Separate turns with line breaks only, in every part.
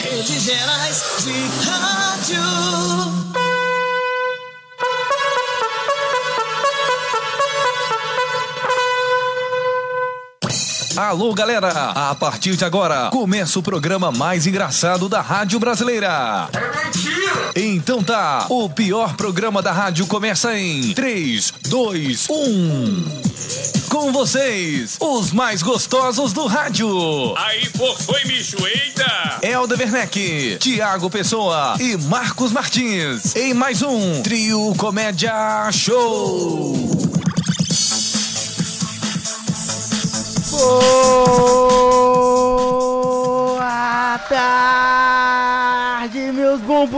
Verdes Gerais de rádio.
Alô, galera! A partir de agora, começa o programa mais engraçado da Rádio Brasileira. Então tá, o pior programa da rádio começa em 3, 2, 1. Com vocês, os mais gostosos do rádio.
Aí, pô, foi, bicho, eita!
Helder Werneck, Tiago Pessoa e Marcos Martins. Em mais um Trio Comédia Show.
Boa tarde, meus bumbuns!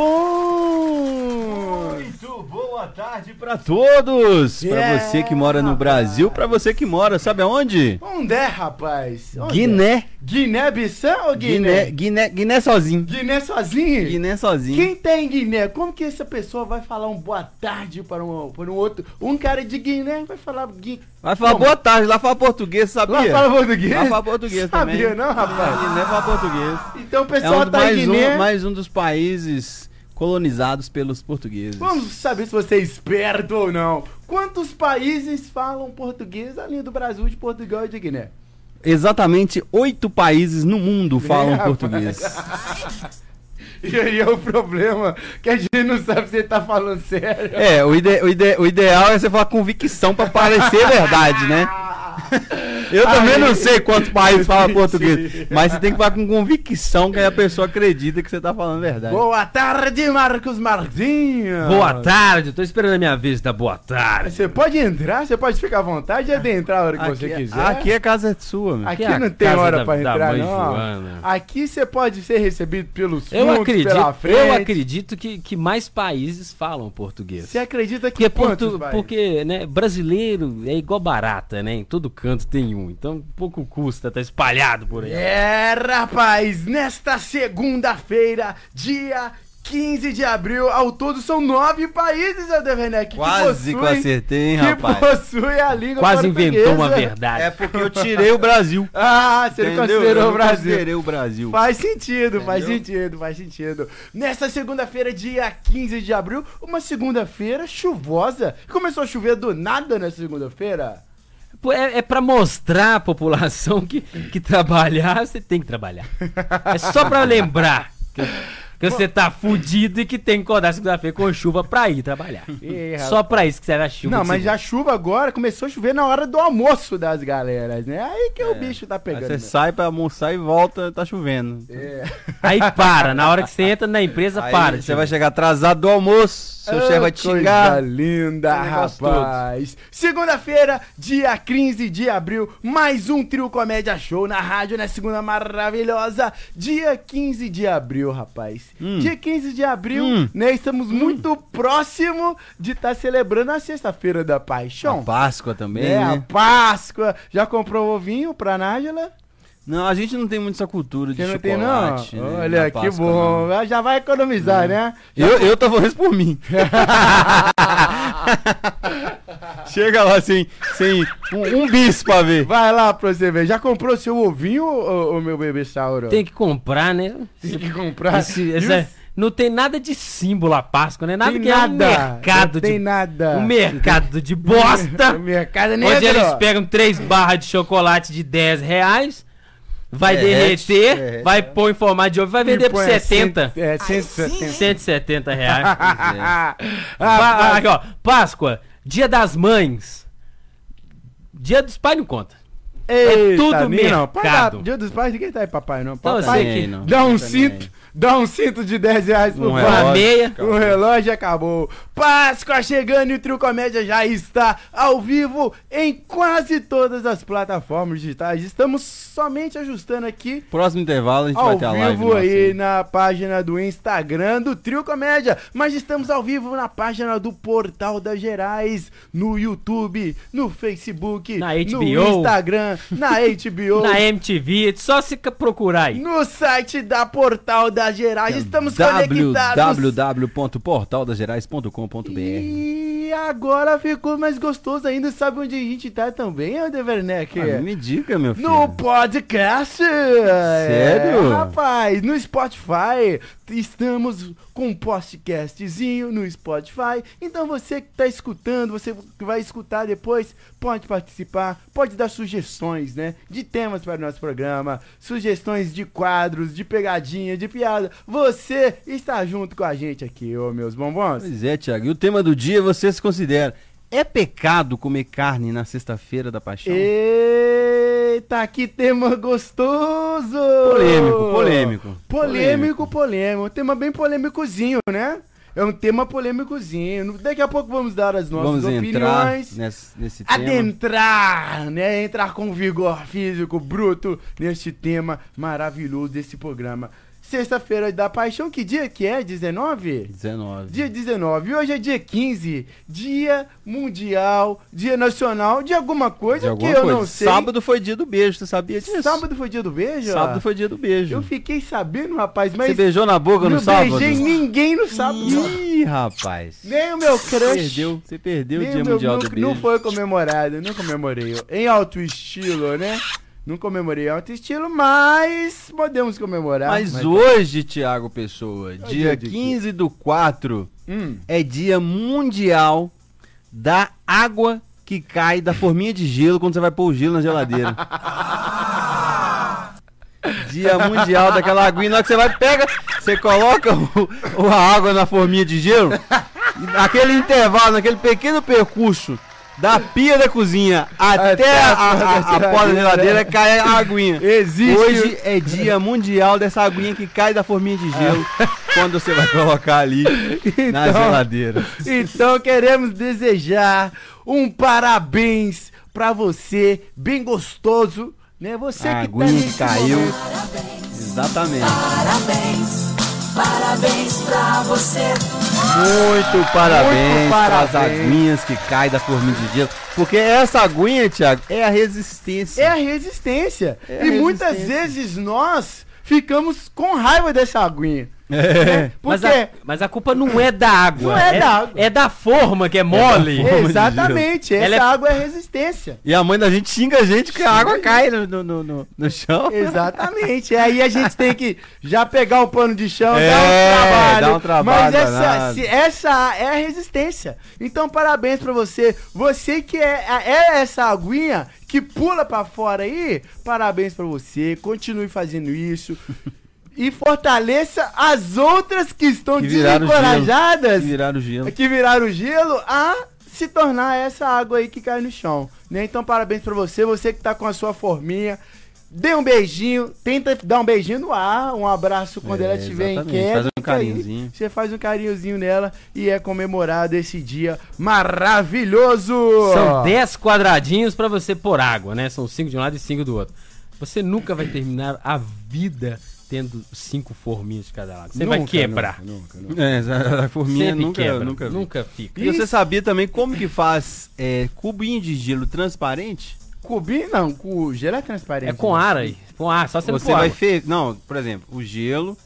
Muito boa tarde pra todos!
Yeah,
pra você que mora no
rapaz.
Brasil, pra você que mora, sabe aonde?
Onde é, rapaz? Onde é?
Guiné.
Guiné-Bissau ou
Guiné,
Guiné?
Guiné, Guiné sozinho.
Guiné sozinho?
Guiné sozinho.
Quem tá em Guiné? Como que essa pessoa vai falar um boa tarde para um, para um outro? Um cara de Guiné vai falar... Gui...
Vai falar
Como?
boa tarde, lá fala português, sabia?
Lá fala português?
Lá fala português também. Ah,
Sabia não, rapaz?
Guiné fala português.
Então o
É
pessoal
um,
tá em
mais,
Guiné...
um, mais um dos países colonizados pelos portugueses.
Vamos saber se você é esperto ou não. Quantos países falam português além do Brasil, de Portugal e de Guiné?
Exatamente oito países no mundo falam
rapaz.
português.
E aí é o problema que a gente não sabe se ele tá falando sério.
É, o, ide- o ide- o ideal é você falar convicção pra parecer verdade, né? Eu também
Ah. Aí-
não sei quantos países falam português,
Sim.
mas você tem que falar com convicção que aí a pessoa acredita que você tá falando a verdade.
Boa tarde, Marcos Martins.
Boa tarde, tô esperando a minha vez da boa tarde.
Você pode entrar, você pode ficar à vontade e adentrar a hora que
aqui, é-
você quiser.
aqui a casa é sua, meu.
Aqui
é a
não tem
casa
hora
da-
pra
da
entrar,
mãe
não.
Joana.
Aqui você pode ser recebido pelos
Eu
fundos,
acredito,
pela frente.
eu acredito que, que mais países falam português.
é
Você acredita que
Porque,
quantos
portu-
países?
porque né, brasileiro é igual barata, né? Em todo canto tem um. Então pouco custa, tá espalhado por aí.
É, rapaz, nesta segunda-feira, dia 15 de abril, ao todo são nove países, Alder Werneck, que
Quase que eu acertei, hein, rapaz.
Que possui a língua
Quase
portuguesa.
inventou uma verdade.
É porque eu tirei o Brasil.
Ah, você não
entendeu?
considerou
Eu
o Brasil.
considerei o Brasil.
Faz sentido, faz
Entendeu?
sentido, faz sentido. Nesta segunda-feira, dia 15 de abril, uma segunda-feira chuvosa. Começou a chover do nada na segunda-feira.
Pô, É, é pra mostrar à população que, que trabalhar, você tem que trabalhar. É só pra lembrar que, que você tá fudido e que tem que acordar segunda-feira com chuva pra ir trabalhar.
Ih,
Só pra isso que serve a chuva.
Não,
de
mas já
segunda.
chuva agora, começou a chover na hora do almoço das galeras, né? Aí que
É.
o bicho tá
Aí
pegando.
você
né?
sai pra almoçar e volta, tá chovendo.
É.
Aí para, na hora que você entra na empresa,
Aí
para. Ah,
você vai chegar atrasado do almoço, seu chefe vai te
Ah, coisa
xingar.
linda,
Esse negócio
rapaz. Segunda-feira, dia 15 de abril, mais um Trio Comédia Show na rádio, na segunda maravilhosa. Dia 15 de abril, rapaz. Dia 15 de abril,
Hum.
né? Estamos muito próximo de estar celebrando a Sexta-feira da Paixão.
A Páscoa também,
é, a
né?
Páscoa. Já comprou o vinho pra Nájila?
Não, a gente não tem muito essa cultura de
Você não tem, não?
chocolate. né, na
Olha, que
Páscoa,
bom.
não. Hum.
Já vai economizar, né? Já
Eu, eu tô falando isso por mim. Chega lá sem, sem um, um bis pra ver.
Vai lá pra você ver. Já comprou seu ovinho, ô, ô, meu bebê Sauro?
Tem que comprar, né?
Tem que comprar.
Esse- é-
E
essa-
os-
não tem nada de símbolo a Páscoa, né? Nada
tem
que
nada.
é um mercado
Não tem
de.
nada.
Um mercado de
O
bosta.
mercado negro.
onde eles pegam três barras de chocolate de 10
É,
reais, vai
Derrete,
derreter,
derrete.
vai pôr em formato de ovo, vai vender por 70.
É, 170.
170 reais.
Ah,
Pa-
ah,
aqui, ó. Páscoa, dia das mães. Dia dos pais não conta.
eita,
é tudo
minha, não. Pai,
mercado.
dá- Dia dos pais, ninguém tá aí, papai, não.
Então,
Papai,
assim,
não.
dá um
Também.
cinto, dá um cinto de 10 reais pro
Um
pai.
Uma
relógio.
meia.
O relógio acabou. Páscoa chegando e o Trio Comédia já está ao vivo em quase todas as plataformas digitais. Estamos somente ajustando aqui
Próximo intervalo a gente vai
ao
ter a live.
vivo
nossa
aí na página do Instagram do Trio Comédia, mas estamos ao vivo na página do Portal das Gerais, no YouTube, no Facebook,
Na
no
HBO.
Instagram, na HBO.
Na MTV, é só se c- procurar aí.
No site da Portal das Gerais, estamos conectados.
www.portaldagerais.com.br
E E agora ficou mais gostoso ainda. Sabe onde a gente tá também, Helder Werneck?
Ah, me diga, meu filho.
No podcast!
Sério?
É, rapaz, no Spotify. Estamos com um podcastzinho no Spotify. Então você que tá escutando, você que vai escutar depois, pode participar, pode dar sugestões, né? De temas para o nosso programa, sugestões de quadros, de pegadinha, de piada. Você está junto com a gente aqui, ô meus bombons.
Pois é, Thiago. E o tema do dia você se considera. É pecado comer carne na sexta-feira da paixão?
Eita, que tema gostoso!
Polêmico, polêmico.
Polêmico, polêmico. Um tema bem polêmicozinho, né? É um tema polêmicozinho. Daqui a pouco vamos dar as nossas
Vamos entrar
opiniões.
nesse, nesse tema.
Adentrar, né? Entrar com vigor físico bruto neste tema maravilhoso desse programa. Sexta-feira da Paixão, que dia que é? 19?
19.
Dia 19, e hoje é dia 15, dia mundial, dia nacional, de alguma coisa
De alguma
que eu
coisa.
não sei.
Sábado foi dia do beijo, você sabia disso?
Sábado foi dia do beijo?
Sábado foi dia do beijo.
Eu fiquei sabendo, rapaz, mas
Você beijou na boca no
não
sábado?
beijei ninguém no sábado. não.
Ih, rapaz.
Nem o meu crush.
Perdeu, você perdeu
nem
o dia
meu-
mundial do
não,
beijo.
não foi comemorado, não comemorei. Em alto estilo, né? Não comemorei em alto estilo, mas podemos comemorar.
Mas hoje, Thiago Pessoa, dia
dia de quê?
15 do 4,
Hum.
é dia mundial da água que cai da forminha de gelo quando você vai pôr o gelo na geladeira. dia mundial daquela aguinha, na hora que você vai, pega, você coloca o- o- a água na forminha de gelo, e naquele intervalo, naquele pequeno percurso da pia da cozinha até,
Até
a,
a
a,
porta da
a- a porta da
geladeira.
geladeira, cai a aguinha.
Existe.
Hoje é dia mundial dessa aguinha que cai da forminha de gelo É. quando você vai colocar ali na
Então-
geladeira.
Então queremos desejar um parabéns pra você, bem gostoso, né? Você
A
que tá
aguinha que
nesse
caiu.
momento.
Exatamente.
Parabéns, parabéns pra você.
Muito parabéns
Muito
para as
parabéns.
aguinhas que caem da forminha de gelo. Porque essa aguinha, Thiago, é a resistência.
É a resistência.
É a
e muitas
resistência.
vezes nós ficamos com raiva dessa aguinha. né?
É.
Porque
Mas a, mas a culpa não é da água.
Não é da água.
É da forma que é mole.
forma. de
exatamente,
Deus.
essa
Ela é-
água é resistência.
E a mãe da gente xinga a gente que a água cai no, no, no- no- no chão.
Exatamente. Aí a gente tem que já pegar o pano de chão,
É, dá
dar
um
um trabalho.
trabalho
Mas essa,
danado.
se- essa é a resistência. Então, parabéns pra você. Você que é, é essa aguinha que pula pra fora aí, parabéns pra você. Continue fazendo isso. E fortaleça as outras que estão
Que viraram
desencorajadas
gelo. Viraram gelo.
que viraram gelo a se tornar essa água aí que cai no chão. Né? Então, parabéns pra você, você que tá com a sua forminha. Dê um beijinho, tenta dar um beijinho no ar, um abraço quando
É,
ela estiver em
exatamente,
queda.
faz um carinhozinho.
aí Você faz um carinhozinho nela e é comemorado esse dia maravilhoso.
São 10 quadradinhos pra você pôr água, né? São 5 de um lado e 5 do outro. Você nunca vai terminar a vida tendo cinco forminhas de cada lado. Você vai
Nunca,
quebrar.
É, essa- a forminha
Sempre
nunca,
quebra.
nunca vi.
fica.
E você sabia também como que faz é, cubinho de gelo transparente?
Cubinho não, cu, gelo é transparente.
É com ar aí. Com ar, só você, não
Você
pôr
vai
água.
fe... Não, por exemplo, o gelo,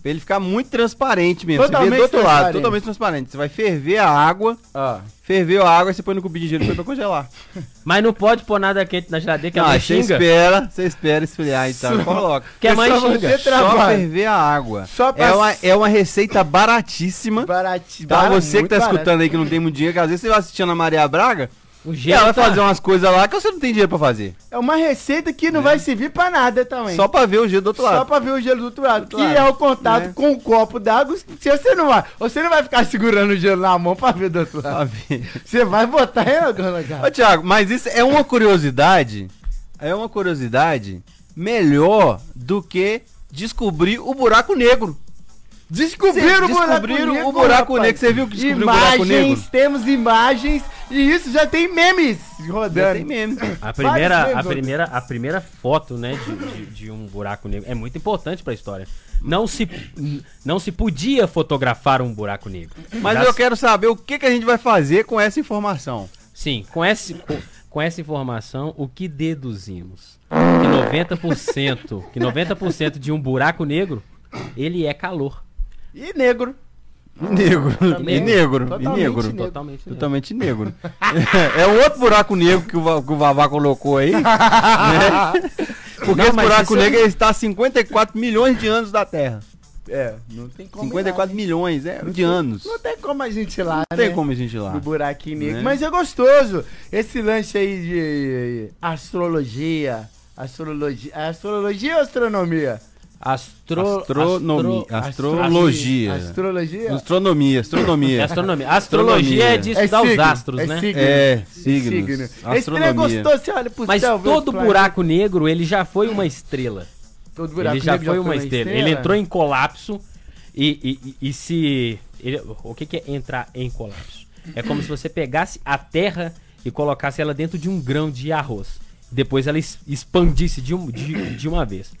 pra ele ficar muito transparente mesmo. você vê
Totalmente
do outro lado,
transparente.
totalmente transparente. Você vai ferver a água,
Ah.
ferveu a água, você põe no cubinho de gelo e põe pra congelar.
Mas não pode pôr nada quente na geladeira que a
Ah,
mãe
você
xinga.
espera, você espera esfriar e tal, coloca.
Que a mãe
Só
xinga.
você
Só
trabalha.
ferver a água.
Só pra-
é, uma, é uma receita baratíssima.
Barati,
Tá,
barato,
você que
muito
tá
barato.
escutando aí que não tem muito dinheiro, que às vezes você vai assistindo a Maria Braga,
O
e ela vai
gelo tá...
fazer umas coisas lá que você não tem dinheiro pra fazer.
É uma receita que não vai servir pra nada também.
É. Só pra ver o gelo do outro
Só
lado.
pra ver o gelo do outro lado.
Claro.
Que é o contato
Né?
com o copo d'água. Se você não vai. Você não vai ficar segurando o gelo na mão pra ver do outro
Pra
lado.
ver.
Você vai botar aí, dona
Ô,
cara.
Thiago, mas isso é uma curiosidade. É uma curiosidade melhor do que descobrir o buraco negro.
Descobriram o buraco
descobriram
negro.
o buraco
rapaz.
negro. Você viu que descobriu o buraco
imagens,
negro?
Temos imagens. E isso já tem memes rodando.
Já tem meme.
A primeira, a,
Vários memes,
primeira, a primeira foto, né, de, de- de um buraco negro é muito importante pra história. Não se, não se podia fotografar um buraco negro.
Mas
Já
eu
se-
quero saber o que, que a gente vai fazer com essa informação.
Sim, com, esse, com, com essa informação, o que deduzimos? Que 90%, que 90% de um buraco negro, ele é calor.
E negro.
Negro. E negro. E
Totalmente
negro.
negro.
Totalmente. negro.
Totalmente negro. É, é um outro buraco negro que o, Va- que o Vavá colocou aí. né? Porque
Não,
esse
mas
buraco
isso
negro ele está a 54 milhões de anos da Terra.
É, não tem como.
54 milhões é, de anos.
Não tem como a gente ir lá,
Não tem
né?
como a gente ir lá.
do buraquinho negro.
Né?
Mas é gostoso. Esse lanche aí de astrologia. Astrologia. Astrologia ou astronomia?
Astro...
Astronomia.
astro-
Astrologia.
Astrologia?
Astronomia. Astronomia.
É astronomia. Astrologia é de
É
estudar os
signo,
astros,
é
né?
signo.
É, signos.
Esse trem é
Astronomia.
gostoso, você olha pro
Mas
céu, vê os
todo
planetas,
buraco negro, ele já foi uma estrela.
todo
ele já foi uma estrela. Ele entrou em colapso e, e- e- e se. ele- o que, que é entrar em colapso? É como se você pegasse a terra e colocasse ela dentro de um grão de arroz. Depois ela es- expandisse de, um- de- de uma vez.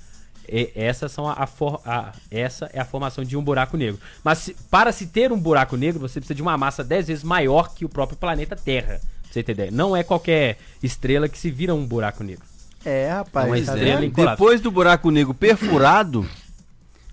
E- essa, são a, a for- a- essa é a formação de um buraco negro. Mas se- para se ter um buraco negro, você precisa de uma massa 10 vezes maior que o próprio planeta Terra. Pra você ter ideia. Não é qualquer estrela que se vira um buraco negro.
É, rapaz.
Uma
né?
tá
estrela
vendo?
em colapso.
Depois do buraco negro perfurado,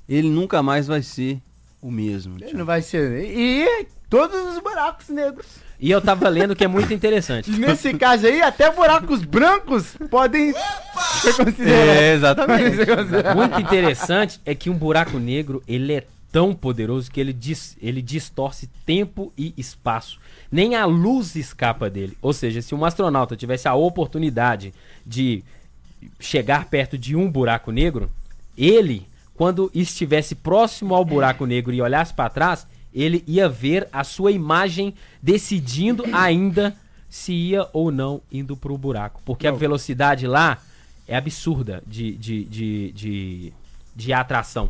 ele nunca mais vai ser o mesmo.
Ele
Thiago.
Não vai ser. E todos os buracos negros.
E eu tava lendo que é muito interessante.
E nesse caso aí, até buracos brancos podem ser né? considerados.
É, exatamente.
Ser considerados.
muito interessante é que um buraco negro ele é tão poderoso que ele, dis, ele distorce tempo e espaço. Nem a luz escapa dele. Ou seja, se um astronauta tivesse a oportunidade de chegar perto de um buraco negro, ele, quando estivesse próximo ao buraco negro e olhasse para trás, ele ia ver a sua imagem decidindo ainda se ia ou não indo pro buraco. Porque a velocidade lá é absurda de, de, de, de, de atração.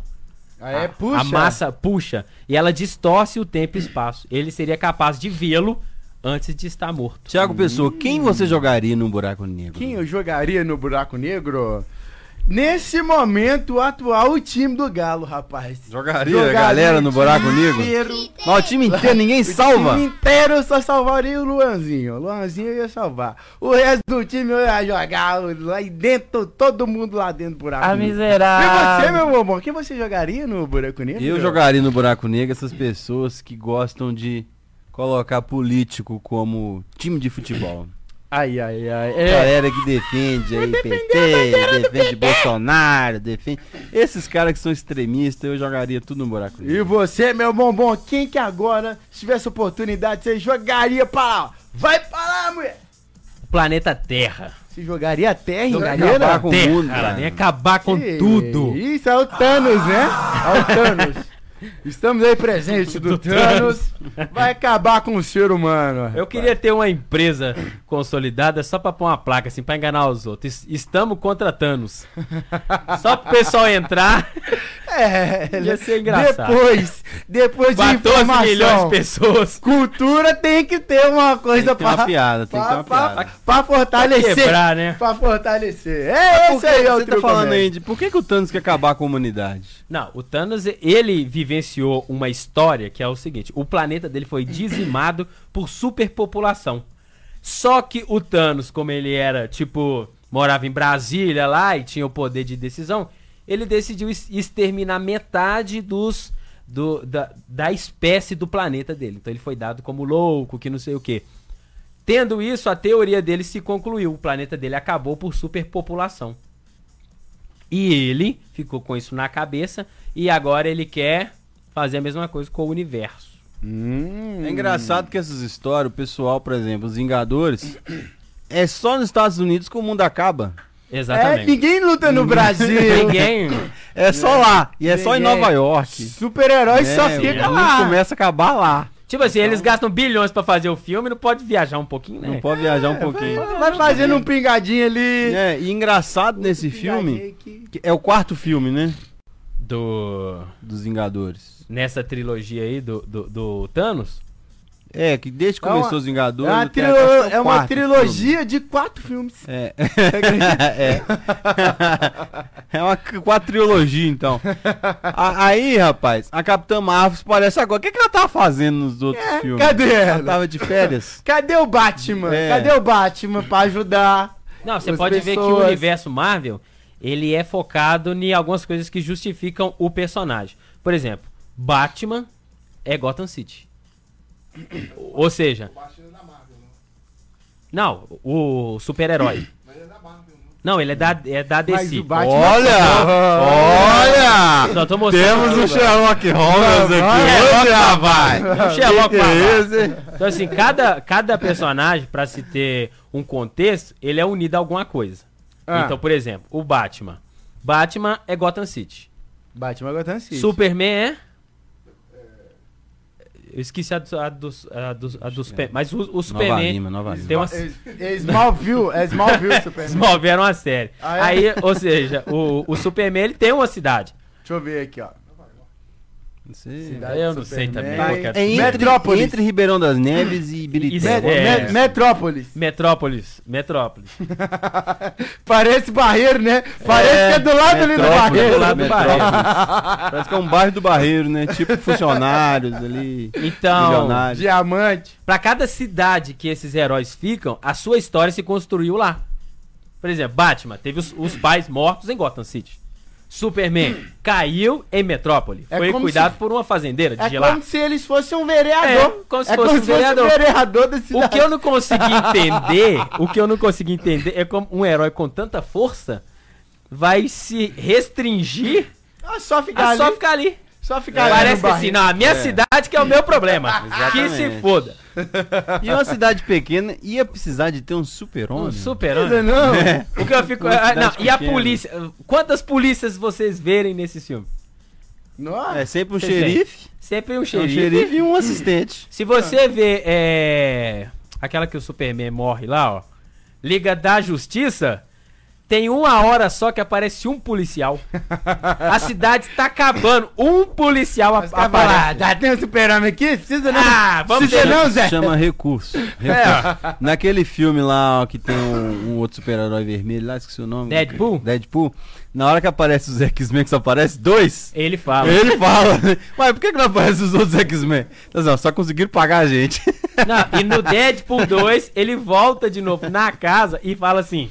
Aí é
A-
puxa.
A massa puxa e ela distorce o tempo e espaço. Ele seria capaz de vê-lo antes de estar morto.
Tiago Pessoa, quem você jogaria num buraco negro?
Quem eu jogaria no buraco negro? Nesse momento atual, o time do Galo, rapaz.
Jogaria, a galera no
o
buraco
time
negro?
inteiro.
Mas o time inteiro, ninguém
O
salva.
time inteiro eu só salvaria o Luanzinho. O Luanzinho eu ia salvar. O resto do time eu ia jogar lá dentro, todo mundo lá dentro do buraco negro. E você, meu bombom, quem você jogaria no buraco negro?
Eu jogaria no buraco negro essas pessoas que gostam de colocar político como time de futebol.
Ai, ai, ai.
A
É.
Galera que defende aí PT, defende Bolsonaro, defende. Esses caras que são extremistas, eu jogaria tudo no buraco
E
negro.
você, meu bombom, quem que agora, se tivesse oportunidade, você jogaria pra lá? Vai pra lá, mulher!
Planeta Terra.
Você jogaria a terra em
Acabar
galera?
com o
Terra,
mundo,
ela
cara.
vem acabar com
né? Que
tudo.
Isso, é o Thanos, né? É o Thanos. Estamos aí presente do, Thanos. Vai acabar com o ser humano.
Eu queria ter uma empresa consolidada só pra pôr uma placa assim, pra enganar os outros. Es- Estamos contra Thanos. Só pro pessoal entrar,
É,
Ia ser engraçado.
Depois, depois de
14 milhões
informação,
de pessoas.
cultura tem que ter uma
Tem
coisa
que ter uma
pra...
piada, tem que ter
Pra,
uma
pra,
piada.
pra fortalecer. Pra,
Quebrar, né?
fortalecer. É
Por
esse
que
aí, é o
você tá
trio
falando
comédia.
aí de por que, que o Thanos quer acabar com a humanidade?
Não, o Thanos, ele vivenciou uma história que é o seguinte: o planeta dele foi dizimado por superpopulação. Só que o Thanos, como ele era, tipo, morava em Brasília lá e tinha o poder de decisão, ele decidiu es- exterminar metade dos. do- da, da espécie do planeta dele. Então ele foi dado como louco, que não sei o quê. Tendo isso, a teoria dele se concluiu. O planeta dele acabou por superpopulação. E ele ficou com isso na cabeça e agora ele quer fazer a mesma coisa com o universo.
Hum.
É engraçado que essas histórias, o pessoal, por exemplo, os Vingadores, é só nos Estados Unidos que o mundo acaba.
É,
Exatamente.
ninguém luta no Brasil.
Ninguém.
É
Né?
só lá. E é só em
Ninguém-
Nova York.
Super-herói só
É,
fica
o mundo
lá.
começa a acabar lá.
Tipo assim, eles gastam bilhões pra fazer o filme, não pode viajar um pouquinho, né?
Não pode viajar um pouquinho.
É. Vai fazendo um pingadinho ali.
É, e engraçado nesse filme,
Pingadinho aqui.
que é o quarto filme, né?
Do
Dos Vingadores.
nessa trilogia aí do, do, do Thanos.
É, que desde que
É uma-
começou os
É
Vingadores.
né?
uma,
até
trilo-
agora são
é uma
quatro
trilogia de quatro filmes.
filmes. É. é. é uma c- quadrilogia, então. A- aí, rapaz, a Capitã Marvel parece agora. O que, que ela tava fazendo nos outros
É,
filmes?
cadê
Ela
ela?
tava de férias?
Cadê o Batman?
É.
Cadê o Batman pra ajudar?
Não, você
As
pode ver que o
pessoas-
universo Marvel, ele é focado em algumas coisas que justificam o personagem. Por exemplo, Batman é Gotham City. Ou seja. Não, o super-herói. Não, ele é da, é da
Mas
DC.
o Batman-
Olha! Olha!
Só tô mostrando.
Temos um Sherlock Holmes aqui.
É, vai.
Hoje, rapaz!
Um Sherlock
que que é
babá.
esse, hein?
Então, assim, cada, cada personagem, pra se ter um contexto, ele é unido a alguma coisa.
Ah.
Então, por exemplo, o Batman. Batman é Gotham City.
Batman
tá
Gotham City.
Superman é. Eu esqueci a do, a dos- a dos- a do Superman. Mas o, o Superman.
Lima, Nova Lima.
Tem uma...
É, é Smallville, é Smallville Superman.
Smallville era uma série.
Ah, é?
Aí, ou seja, o, o Superman ele tem uma cidade.
Deixa eu ver aqui, ó. Cidade
eu
do
não sei
Superman.
também. qual que é a
É
Metrópolis.
entre, entre Ribeirão das Neves e
Isso,
Birité.
Me-
É.
Me- Metrópolis.
Metrópolis. Metrópolis.
Parece barreiro, né? Parece que é do lado ali do
Metrópolis,
barreiro.
do lado do
Metrópolis.
Barreiro.
Parece que é um bairro do Barreiro, né? Tipo funcionários ali.
Então,
milionários.
Diamante.
pra cada cidade que esses heróis ficam, a sua história se construiu lá. Por exemplo, Batman teve os, os pais mortos em Gotham City. Superman caiu em Metrópole.
É
Foi
como
cuidado
se-
por uma fazendeira de
É
lá.
como se eles fossem um vereador.
É, como se fosse um vereador.
vereador da cidade.
O que eu não consegui entender, o que eu não consegui entender é como um herói com tanta força vai se restringir
Ah, só
a
ficar ali.
só ficar ali.
Só ficar ali.
Parece
no
que assim,
barreiro.
não, a minha cidade que é o meu problema. que
Exatamente.
se foda.
E é uma cidade pequena ia precisar de ter um super-homem.
Um super
Não, não.
É.
O que eu fico.
Uma
ah,
cidade
não, e a
pequena.
polícia? Quantas polícias vocês verem nesse filme?
Nossa.
É sempre um
Você
xerife.
Sempre um
É Um
xerife.
xerife e um assistente.
Se você vê é, aquela que o Superman morre lá, ó, Liga da Justiça, tem uma hora só que aparece um policial. A cidade tá acabando, um policial ap
Os caras falam, "Ah,
aparece.
já tem um super-homem aqui? Precisa não.
Ah, vamos
Precisa
ver.
não, Zé.
Chama
É.
recurso. recurso. Naquele filme lá ó, que tem um, um outro super-herói vermelho lá, esqueci o nome.
Deadpool?
Deadpool. Na hora que aparece os X-Men, que só aparece dois,
Ele fala.
ele fala, né? Mas por que, que não aparecem os outros X-Men? Tá assim, ó, Só conseguiram pagar a gente.
Não, e no Deadpool 2, ele volta de novo na casa e fala assim: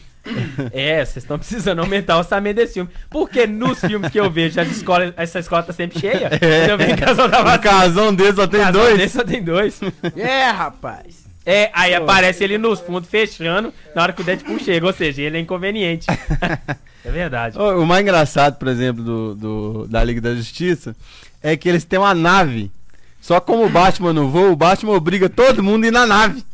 É, vocês estão precisando aumentar o orçamento desse filme. Porque nos filmes que eu vejo, as escolas, essa escola tá sempre cheia.
É.
Eu venho em casa da
O casão dele só tem dois.
Só tem dois.
É, rapaz.
É, aí aparece ele nos fundos fechando na hora que o Deadpool chega, ou seja, ele é inconveniente. é verdade.
O o mais engraçado, por exemplo, do, do- da Liga da Justiça é que eles têm uma nave. Só como o Batman não voa, o Batman obriga todo mundo a ir na nave.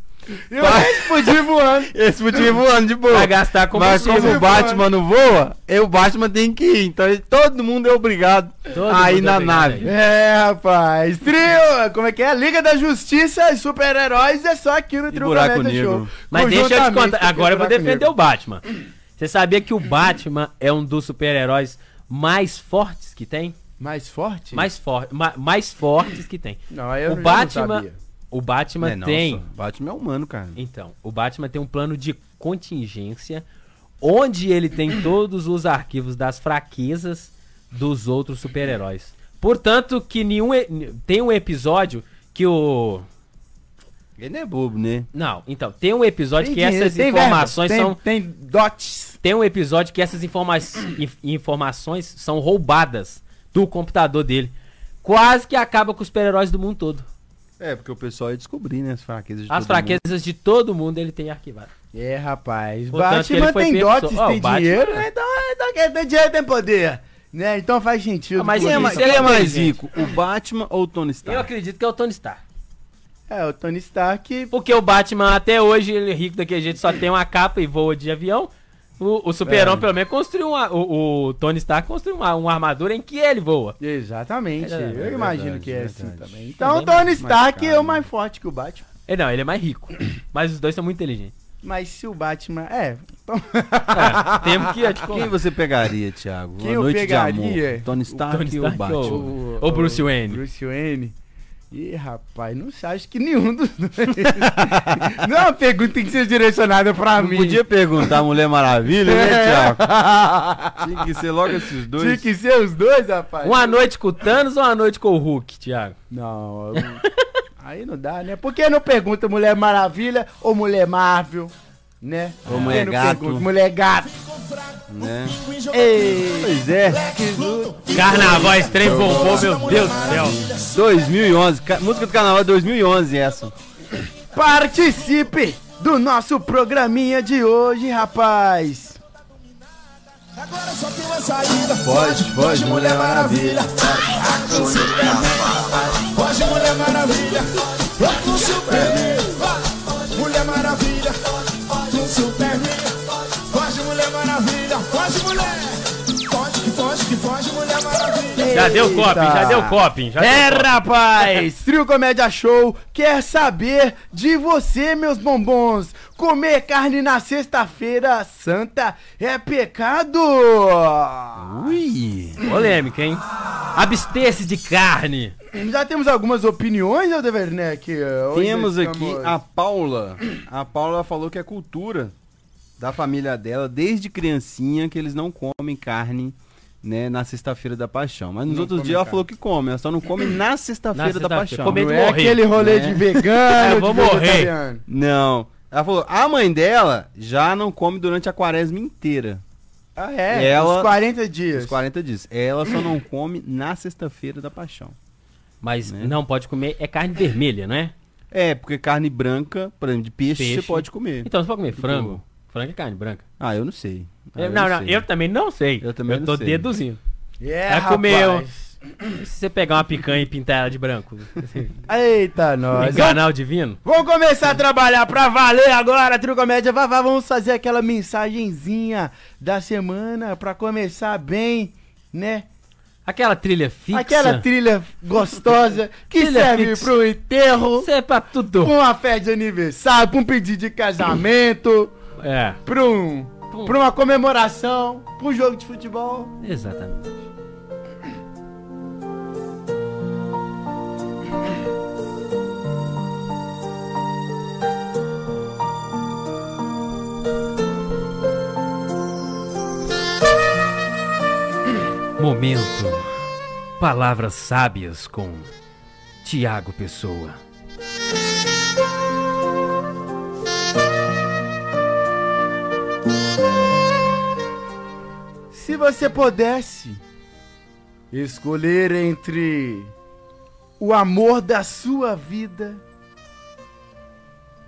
E o resto podia voando.
Esse motivo voando de boa.
Vai gastar
Mas
combustível.
como o Batman não voa, aí o Batman tem que ir. Então ele- todo mundo é obrigado
Todo
a ir
mundo é
na
obrigado a
nave.
ir.
É, rapaz. Trio, como é que é? Liga da Justiça e super-heróis é só aqui no Trio
Buraco
Planeta
Negro.
Show.
Mas deixa eu te
Conjuntamente
contar,
com
agora eu vou
Buraco
defender
Negro.
o Batman. Você sabia que o Batman é um dos super-heróis mais fortes que tem?
Mais forte?
Mais, for ma- mais fortes que tem.
Não, aí eu
o
já não
Batman,
sabia.
o Batman
É, não,
tem,
só- Batman é humano, cara.
então, o Batman tem um plano de contingência onde ele tem todos os arquivos das fraquezas dos outros super-heróis. Portanto, que nenhum e- tem um episódio que o
Ele não é bobo, né?
não, então, tem um episódio
Tem
que
dinheiro,
essas
tem
informações
verba,
são
tem, tem dots.
tem um episódio que essas informa inf- informações são roubadas do computador dele. Quase que acaba com os super-heróis do mundo todo.
É, porque o pessoal ia descobrir, né? As fraquezas de
As
todo
fraquezas de todo mundo ele tem arquivado.
É, rapaz.
Portanto,
Batman
ele foi
tem
pego
dots,
só- Ó,
tem
o Batman-
dinheiro, né? Então, então quem tem dinheiro tem poder. Né? Então faz sentido.
Ah, mas
mundo. Quem
por
é,
isso.
mais-
Isso é
quem é mais
inteligente.
rico, o Batman ou o Tony
Eu
Stark?
acredito que é o Tony Stark.
É, o Tony Stark.
Porque o Batman, até hoje, ele é rico daquele jeito, só tem uma capa e voa de avião. O, o Superman, pelo menos, construiu uma. O, o Tony Stark construiu uma, uma armadura em que ele voa.
Exatamente.
É, é
eu imagino
verdade,
que é
verdade.
assim também. Então, o
Também mais-
Tony Stark
caro,
é o
né?
mais forte que o Batman.
Ele não, ele é mais rico. Mas os dois são muito inteligentes.
Mas se o Batman. É. então-
É, temos que.
Quem
Tipo,
você pegaria, Thiago?
Quem eu pegaria?
Tony Stark,
Tony
e o
Stark
Batman.
ou- Ô, Bruce Wayne.
Bruce Wayne. Ih, rapaz, não sei, acho que nenhum dos dois. não é uma pergunta que tem que ser direcionada pra
Não
mim.
podia perguntar a Mulher Maravilha, né, Thiago? Tinha que ser logo esses
Tinha
dois.
que ser os dois, rapaz.
uma noite com o Thanos ou uma noite com o Hulk, Thiago?
Não. eu- Aí não dá, né? Por que não pergunta Mulher Maravilha ou Mulher Marvel, né? Por que
Mulher
não
Gato.
Mulher Gato.
né?
Ei,
Pois é,
Carnaval extremo bombou, meu Deus do céu.
2011, ca- música do carnaval de 2011 essa.
participe do nosso programinha de hoje, rapaz.
Agora só tem uma saída.
Pode, pode, Mulher Maravilha.
Foge, Mulher Maravilha. Vai com o Superman. vai. Mulher Maravilha. Com o Superman. Foge, Mulher Maravilha. Foge, mulher. Foge, que foge, que foge, Mulher Maravilha.
Já deu coping, já deu coping. Já
É,
deu coping.
rapaz! Trio Comédia Show quer saber de você, meus bombons. Comer carne na sexta-feira santa é pecado.
Polêmica, hein? Abster-se de carne.
Já temos algumas opiniões, Aldo Werneck? Hoje
Temos aqui
estamos- É
a Paula. A Paula falou que é cultura da família dela, desde criancinha, que eles não comem carne. Né, na sexta-feira da paixão. Mas nos outros dias ela falou que come, ela só não come na sexta-feira da
sexta-feira.
paixão.
Comer
Não
de
é
morrer,
aquele rolê
né?
de vegano,
É, vou
de
morrer.
vegetariano.
Não. Ela falou, a mãe dela já não come durante a quaresma inteira.
Ah, é?
Ela-
Os 40 dias.
Os 40 dias. Ela só não come na sexta-feira da paixão.
Mas não pode comer, é carne vermelha, não é?
É, porque carne branca, por exemplo, de peixe,
Peixe.
você pode comer.
Então você pode comer frango. Frango é carne branca.
Ah, eu não sei. Ah,
Eu- É, não, não,
sei.
eu também não sei.
Eu também não
tô
sei.
deduzindo.
É,
Vai comer um-
rapaz.
E se você pegar uma picanha e pintar ela de branco?
Eita, nós.
Enganar o divino?
Vamos começar a trabalhar pra valer agora, Trio Comédia. Vá, vá, vamos fazer aquela mensagenzinha da semana pra começar bem, né?
Aquela trilha fixa.
Aquela trilha gostosa que
Trilha
serve
fixa.
pro enterro,
Isso é pra tudo.
pra uma festa de aniversário, pra um pedido de casamento,
É,
pra, um, pra uma comemoração, pra um jogo de futebol.
exatamente. Momento. Palavras sábias com Tiago Pessoa.
Se você pudesse escolher entre o amor da sua vida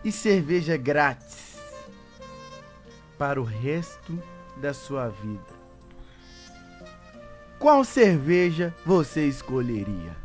e cerveja grátis para o resto da sua vida, qual cerveja você escolheria?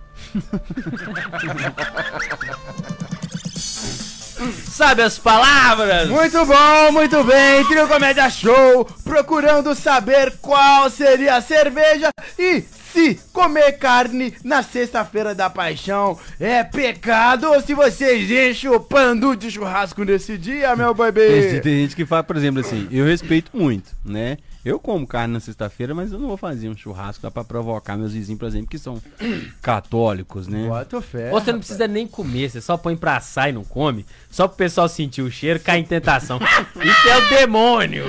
Sabe as palavras?
Muito bom, muito bem, Trio Comédia Show, procurando saber qual seria a cerveja e se comer carne na sexta-feira da paixão é pecado ou se você enche o pandu de churrasco nesse dia, meu
Tem,
bebê.
tem gente que fala, por exemplo, assim, eu respeito muito, né? Eu como carne na sexta-feira, mas eu não vou fazer um churrasco lá pra provocar meus vizinhos, por exemplo, que são católicos, né?
Bota fé.
Ou você não precisa nem comer, você só põe pra assar e não come, só pro pessoal sentir o cheiro, cai em tentação. Isso é o demônio!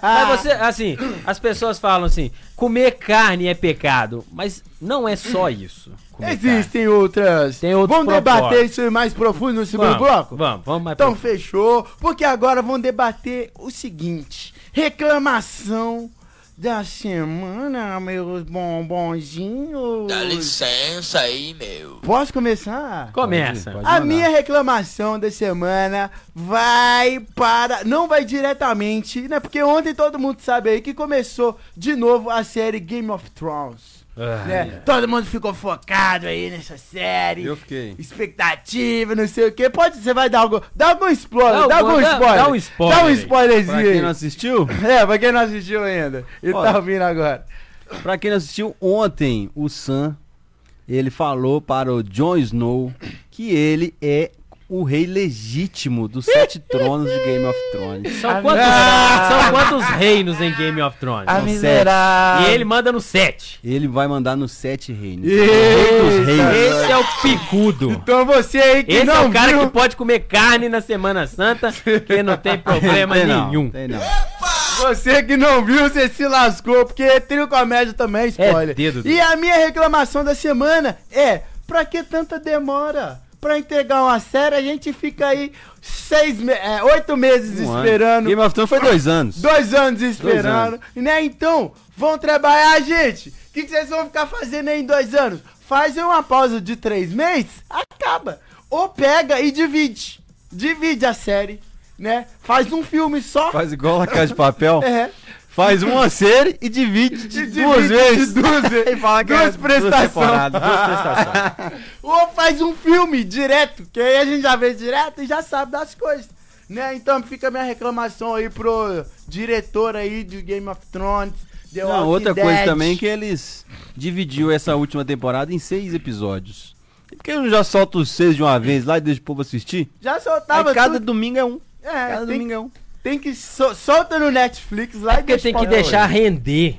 mas você, assim, as pessoas falam assim, comer carne é pecado, mas não é só isso. comer carne.
Existem outras.
Tem outros
Vamos debater
propósitos.
isso mais profundo no segundo
Vamos,
bloco?
Vamos, vamos mais
Então
pra-
fechou, porque agora vão debater o seguinte: reclamação da semana, meus bombonzinhos.
licença aí, meu.
Posso começar?
Começa.
Pode ir, pode
A
mandar.
minha reclamação da semana vai para. Não vai diretamente, né? Porque ontem todo mundo sabe aí que começou de novo a série Game of Thrones.
Ah,
né? Todo mundo ficou focado aí nessa série.
é. Eu fiquei.
Expectativa, não sei o que. Pode, você vai dar algum. Dá algum spoiler,
Dá
dá,
algum-
algum
dá-
spoiler.
dá um spoiler
Dá um
aí.
Pra
spoilerzinho aí.
quem não assistiu,
É, pra quem não assistiu ainda e
Olha.
tá ouvindo agora.
pra quem não assistiu ontem, o Sam, ele falou para o Jon Snow que ele é o rei legítimo dos sete tronos de Game of Thrones.
São quantos,
Ah.
são quantos reinos em Game of Thrones?
A
São
miserável.
é. E ele manda no 7.
Ele vai mandar nos sete reinos.
Eita,
Esse é o picudo.
Então você aí que
Esse
não
é o cara
viu,
que pode comer carne na Semana Santa, que não tem problema
Tem não,
nenhum.
tem não.
Você que não viu, você se lascou, porque trio comédia também é spoiler.
dedo,
e a minha reclamação da semana é: pra que tanta demora? pra entregar uma série, a gente fica aí seis me é, oito meses
Um ano.
esperando.
Game of Thrones foi dois anos.
Dois anos esperando, né? Então, vão trabalhar, gente. O que, que vocês vão ficar fazendo aí em dois anos? Fazem uma pausa de três meses, acaba. Ou pega e divide. Divide a série, né? Faz um filme só.
Faz um igual a Casa de Papel.
É.
Faz uma série e divide,
E
de duas
divide
vezes.
de duas vezes.
E fala que é
Duas prestações.
temporadas, duas prestações.
Ou faz um filme direto, que aí a gente já vê direto e já sabe das coisas. Né? Então fica a minha reclamação aí pro diretor aí de Game of Thrones. The
Não,
Walking
outra coisa
Dead.
também é que eles dividiu essa última temporada em seis episódios. E Por que não já solta os seis de uma vez lá e deixa o povo assistir?
Já
Aí
soltava
cada
tudo.
domingo é um.
É,
Cada
tem,
domingo é um.
tem que sol- solta no Netflix lá
É
e
É Porque tem que
pra-
deixar render,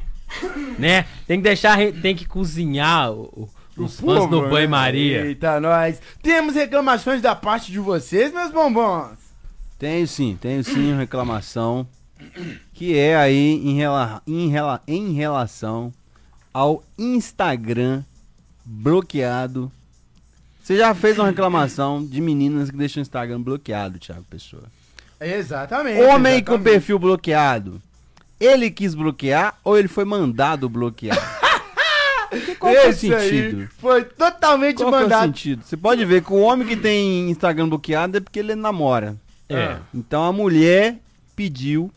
né? Tem que deixar, re- tem que cozinhar o- o- os fãs
Pô,
no
mano,
banho-maria.
Eita, nós. Temos reclamações da parte de vocês, meus bombons.
Tenho sim, tenho sim uma reclamação. Que é aí em, rela, em, rela, em relação ao Instagram bloqueado. Você já fez uma reclamação de meninas que deixam o Instagram bloqueado, Thiago Pessoa.
É, Exatamente.
Homem com
exatamente.
perfil bloqueado. Ele quis bloquear ou ele foi mandado bloquear? Porque Qual que é o
Esse aí
sentido?
Foi totalmente
Qual que é o
mandado.
sentido? Você pode ver que o homem que tem Instagram bloqueado é porque ele namora.
É,
Então a mulher pediu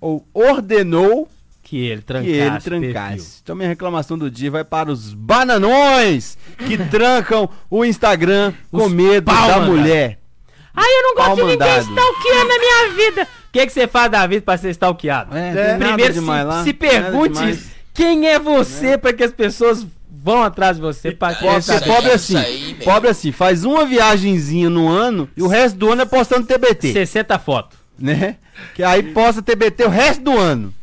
ou ordenou
que ele
que ele
trancasse. perfil.
trancasse. Então minha reclamação do dia vai para os bananões que trancam o Instagram com
Os
medo
pau
da
mandado.
mulher.
Ai, eu não gosto
Pau
de ninguém
mandado.
stalkeando a minha vida. O que, que você faz da vida pra ser stalkeado?
É,
tem nada
Primeiro se, se pergunte quem é você pra que as pessoas vão atrás de você. Pra que
Pobre,
essa-
pobre assim, pobre assim, faz uma viagenzinha no ano e o resto do ano é postando TBT,
60 fotos.
né? Que aí posta TBT o resto do ano.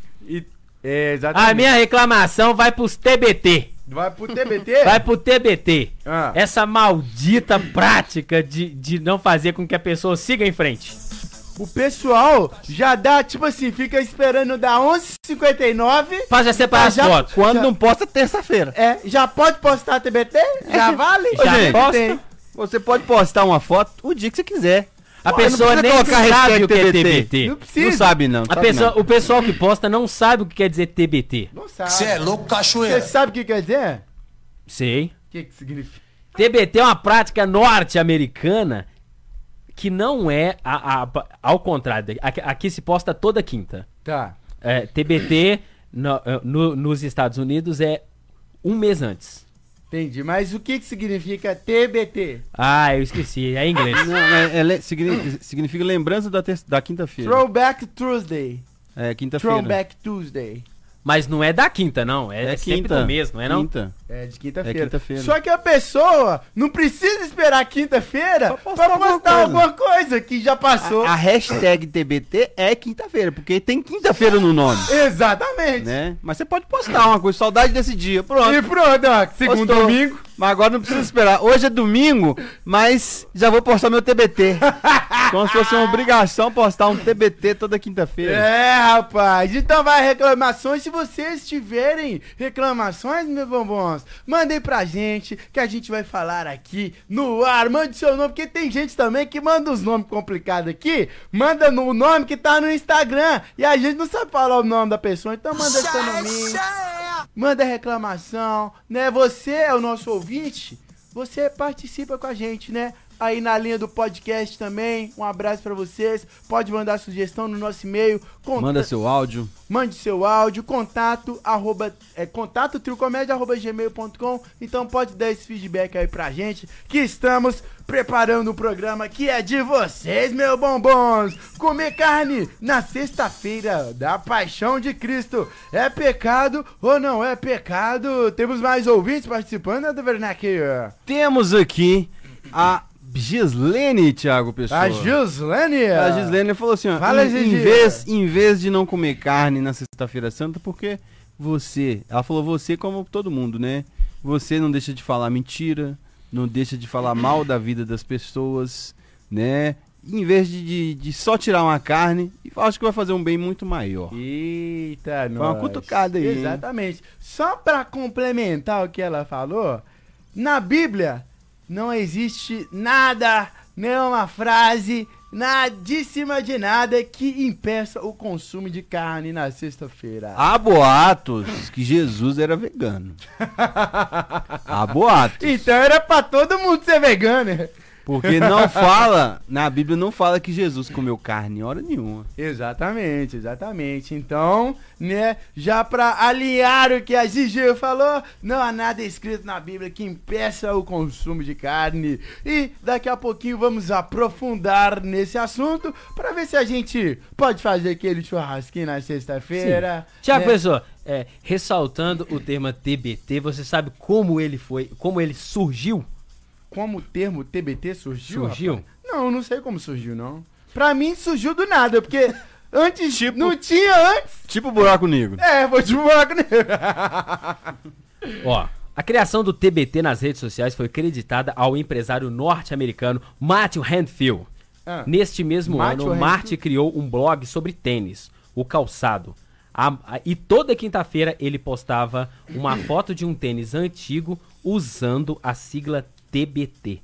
É, exatamente.
Ah,
A minha reclamação vai pros TBT.
Vai pro TBT?
Vai pro TBT.
Ah.
Essa maldita prática de, de não fazer com que a pessoa siga em frente.
É.
O pessoal já dá, tipo assim, fica esperando dar 11h59.
Pra já separar
Ah,
as
já-
fotos.
Quando
Já-
não posta terça-feira.
É, já pode postar TBT? Já vale?
Ô,
Já
gente,
posta.
Você pode postar uma foto o dia que você quiser.
A
Pô,
pessoa
não precisa
nem
colocar
sabe
hashtag
o que é
TBT.
TBT.
Não precisa.
Não sabe não.
A
sabe
pessoa, o pessoal que posta não sabe o que quer dizer TBT.
Não sabe.
Você é louco,
Você
cachoeira.
sabe o que quer dizer?
Sei.
O que, que significa?
TBT é uma prática norte-americana que não é a- a- ao contrário. Aqui, aqui se posta toda quinta.
Tá.
É, TBT no- eh, no- nos Estados Unidos é um mês antes.
Entendi. Mas o que, que significa TBT?
Ah, eu esqueci. É em inglês.
Não, é, é le- signi- significa lembrança da, terça- da quinta-feira.
Throwback Tuesday.
É, quinta-feira.
Throwback Tuesday.
Mas não é da quinta, não. É, é sempre do mês, não é não?
Quinta.
É de quinta-feira.
É quinta-feira.
Só que a pessoa não precisa esperar quinta-feira pra postar, alguma, coisa. que já passou.
A, a hashtag TBT é quinta-feira, porque tem quinta-feira no nome.
Exatamente.
ah. né? Mas você pode postar uma coisa, saudade desse dia, pronto.
E pronto, ó. Segundo
Postou.
domingo.
Mas agora não precisa esperar. Hoje é domingo, mas já vou postar meu TBT. Como se fosse uma obrigação postar um TBT toda quinta-feira.
É, rapaz. Então vai reclamações. Se vocês tiverem reclamações, meus bombons, mandem pra gente que a gente vai falar aqui no ar. Mande seu nome, porque tem gente também que manda os nomes complicados aqui. Manda no- o nome que tá no Instagram. E a gente não sabe falar o nome da pessoa, então manda seu nome. Manda reclamação, né? Você é o nosso ouvinte, você participa com a gente, né? Aí na linha do podcast também. Um abraço pra vocês. Pode mandar sugestão no nosso e-mail. Conta-
Manda seu áudio.
Mande seu áudio, contato, arroba, é, contato triocomédia, arroba gmail.com. Então pode dar esse feedback aí pra gente, que estamos preparando um programa que é de vocês, meu bombons. Comer carne na sexta-feira da Paixão de Cristo. É pecado ou não é pecado? Temos mais ouvintes participando, né, do Vernac?
Temos aqui a Gislene, Thiago Pessoa.
A Gislene.
A Gislene falou assim, ó,
Fala,
em, em
Gigi.
vez, em vez de não comer carne na sexta-feira santa, porque você, ela falou você como todo mundo, né? Você não deixa de falar mentira, não deixa de falar mal da vida das pessoas, né? Em vez de, de, de só tirar uma carne, eu acho que vai fazer um bem muito maior.
Eita, nós.
uma cutucada aí, hein?
Exatamente. Só pra complementar o que ela falou, na Bíblia não existe nada, nenhuma frase, nadíssima de nada que impeça o consumo de carne na sexta-feira.
Há boatos que Jesus era vegano. Há boatos.
Então era pra todo mundo ser vegano. né?
Porque não fala, na Bíblia não fala que Jesus comeu carne em hora nenhuma.
Exatamente, exatamente. Então, né, já pra alinhar o que a Gigi falou, não há nada escrito na Bíblia que impeça o consumo de carne. E daqui a pouquinho vamos aprofundar nesse assunto pra ver se a gente pode fazer aquele churrasquinho na sexta-feira.
Tiago,
né?
pessoal, é, ressaltando o tema TBT, você sabe como ele foi, como ele surgiu?
Como o termo TBT surgiu?
Surgiu?
rapaz? Não, eu não sei como surgiu, não. Pra mim surgiu do nada, porque antes não tinha antes.
Tipo buraco negro.
É, vou de buraco negro.
Ó, a criação do TBT nas redes sociais foi creditada ao empresário norte-americano Matthew Handfield.
Ah.
Neste mesmo
Matthew
ano,
Handfield.
Marte criou um blog sobre tênis, o calçado. A- a- e toda quinta-feira ele postava uma foto de um tênis antigo usando a sigla TBT.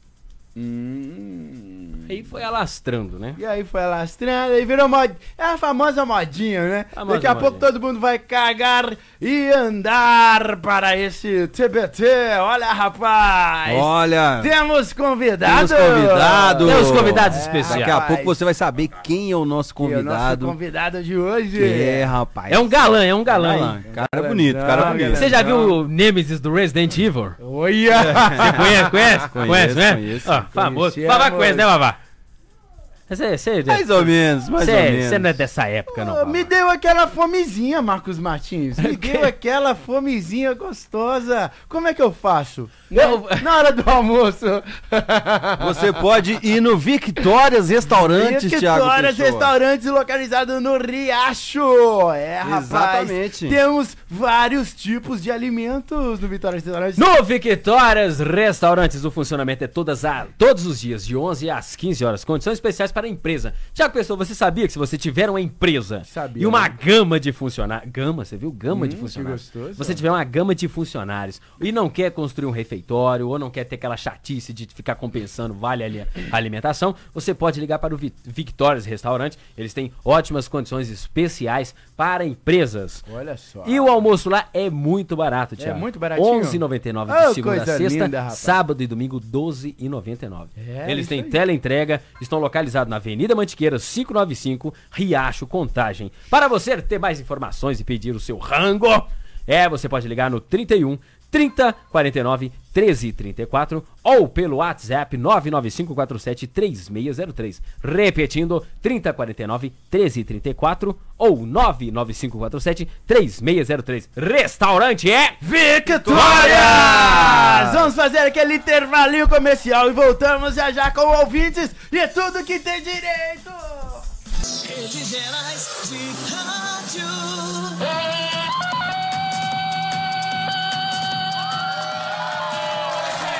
Hum.
Aí foi alastrando, né?
E aí foi lastrando e virou mod... É a famosa modinha, né?
Famosa
Daqui a
modinha.
pouco todo mundo vai cagar e andar para esse TBT. Olha, rapaz!
Olha,
Temos convidados!
temos convidados.
Temos convidados
É, Daqui
especiais.
a pouco você vai saber quem é o nosso
E o nosso
convidado.
convidado de hoje.
Que é, rapaz.
É um galã, é um galã.
galã.
hein?
Cara bonito, cara bonito.
Você já viu o Nemesis do Resident Evil?
Olha!
Você conhece,
Conheço,
conhece? Conhece, né?
conheço.
Ó, famoso.
Conheci,
Babá
amor.
conhece, né, Babá? Você, você,
Mais ou menos, mais ou
você,
menos.
você não é dessa época, não.
Ah, Me
Babá.
deu aquela fomezinha, Marcos Martins. Me deu aquela fomezinha gostosa. Como é que eu faço?
Eu-
Na hora do almoço.
Você pode ir no Victórias Restaurantes,
Victoria's
Thiago Pessoa.
Restaurantes localizado no Riacho. É, rapaz.
Exatamente.
Temos vários tipos de alimentos no Vitória Restaurantes.
No Victórias Restaurantes, o funcionamento é todas a, todos os dias, de 11 às 15 horas. Condições especiais para a empresa. Tiago Pessoa, você sabia que se você tiver uma empresa
Sabia. né? Hum,
e uma gama de funcionários. Gama, você viu? Gama de
que
funcionários.
gostoso.
Você tiver uma gama de funcionários e não quer construir um refeitório ou não quer ter aquela chatice de ficar compensando vale ali a alimentação, você pode ligar para o Vi- Victórias Restaurante. Eles têm ótimas condições especiais para empresas.
Olha só.
E o almoço lá é muito barato, Thiago.
muito baratinho?
R$11,99 de
Oh,
segunda a
coisa
sexta,
linda, rapaz.
sábado e domingo R$12,99.
É,
Eles
isso
têm
aí.
teleentrega, estão localizados na Avenida Mantiqueira 595, Riacho Contagem. Para você ter mais informações e pedir o seu rango, é, você pode ligar no 31 30 49 13 34 ou pelo WhatsApp 995 47 3603. Repetindo, 30 49 13 34 ou 995 47 3603. Restaurante é
Vitórias! Vamos fazer aquele intervalinho comercial e voltamos já já com ouvintes e tudo que tem direito.
Redes Gerais de Rádio.
sempre.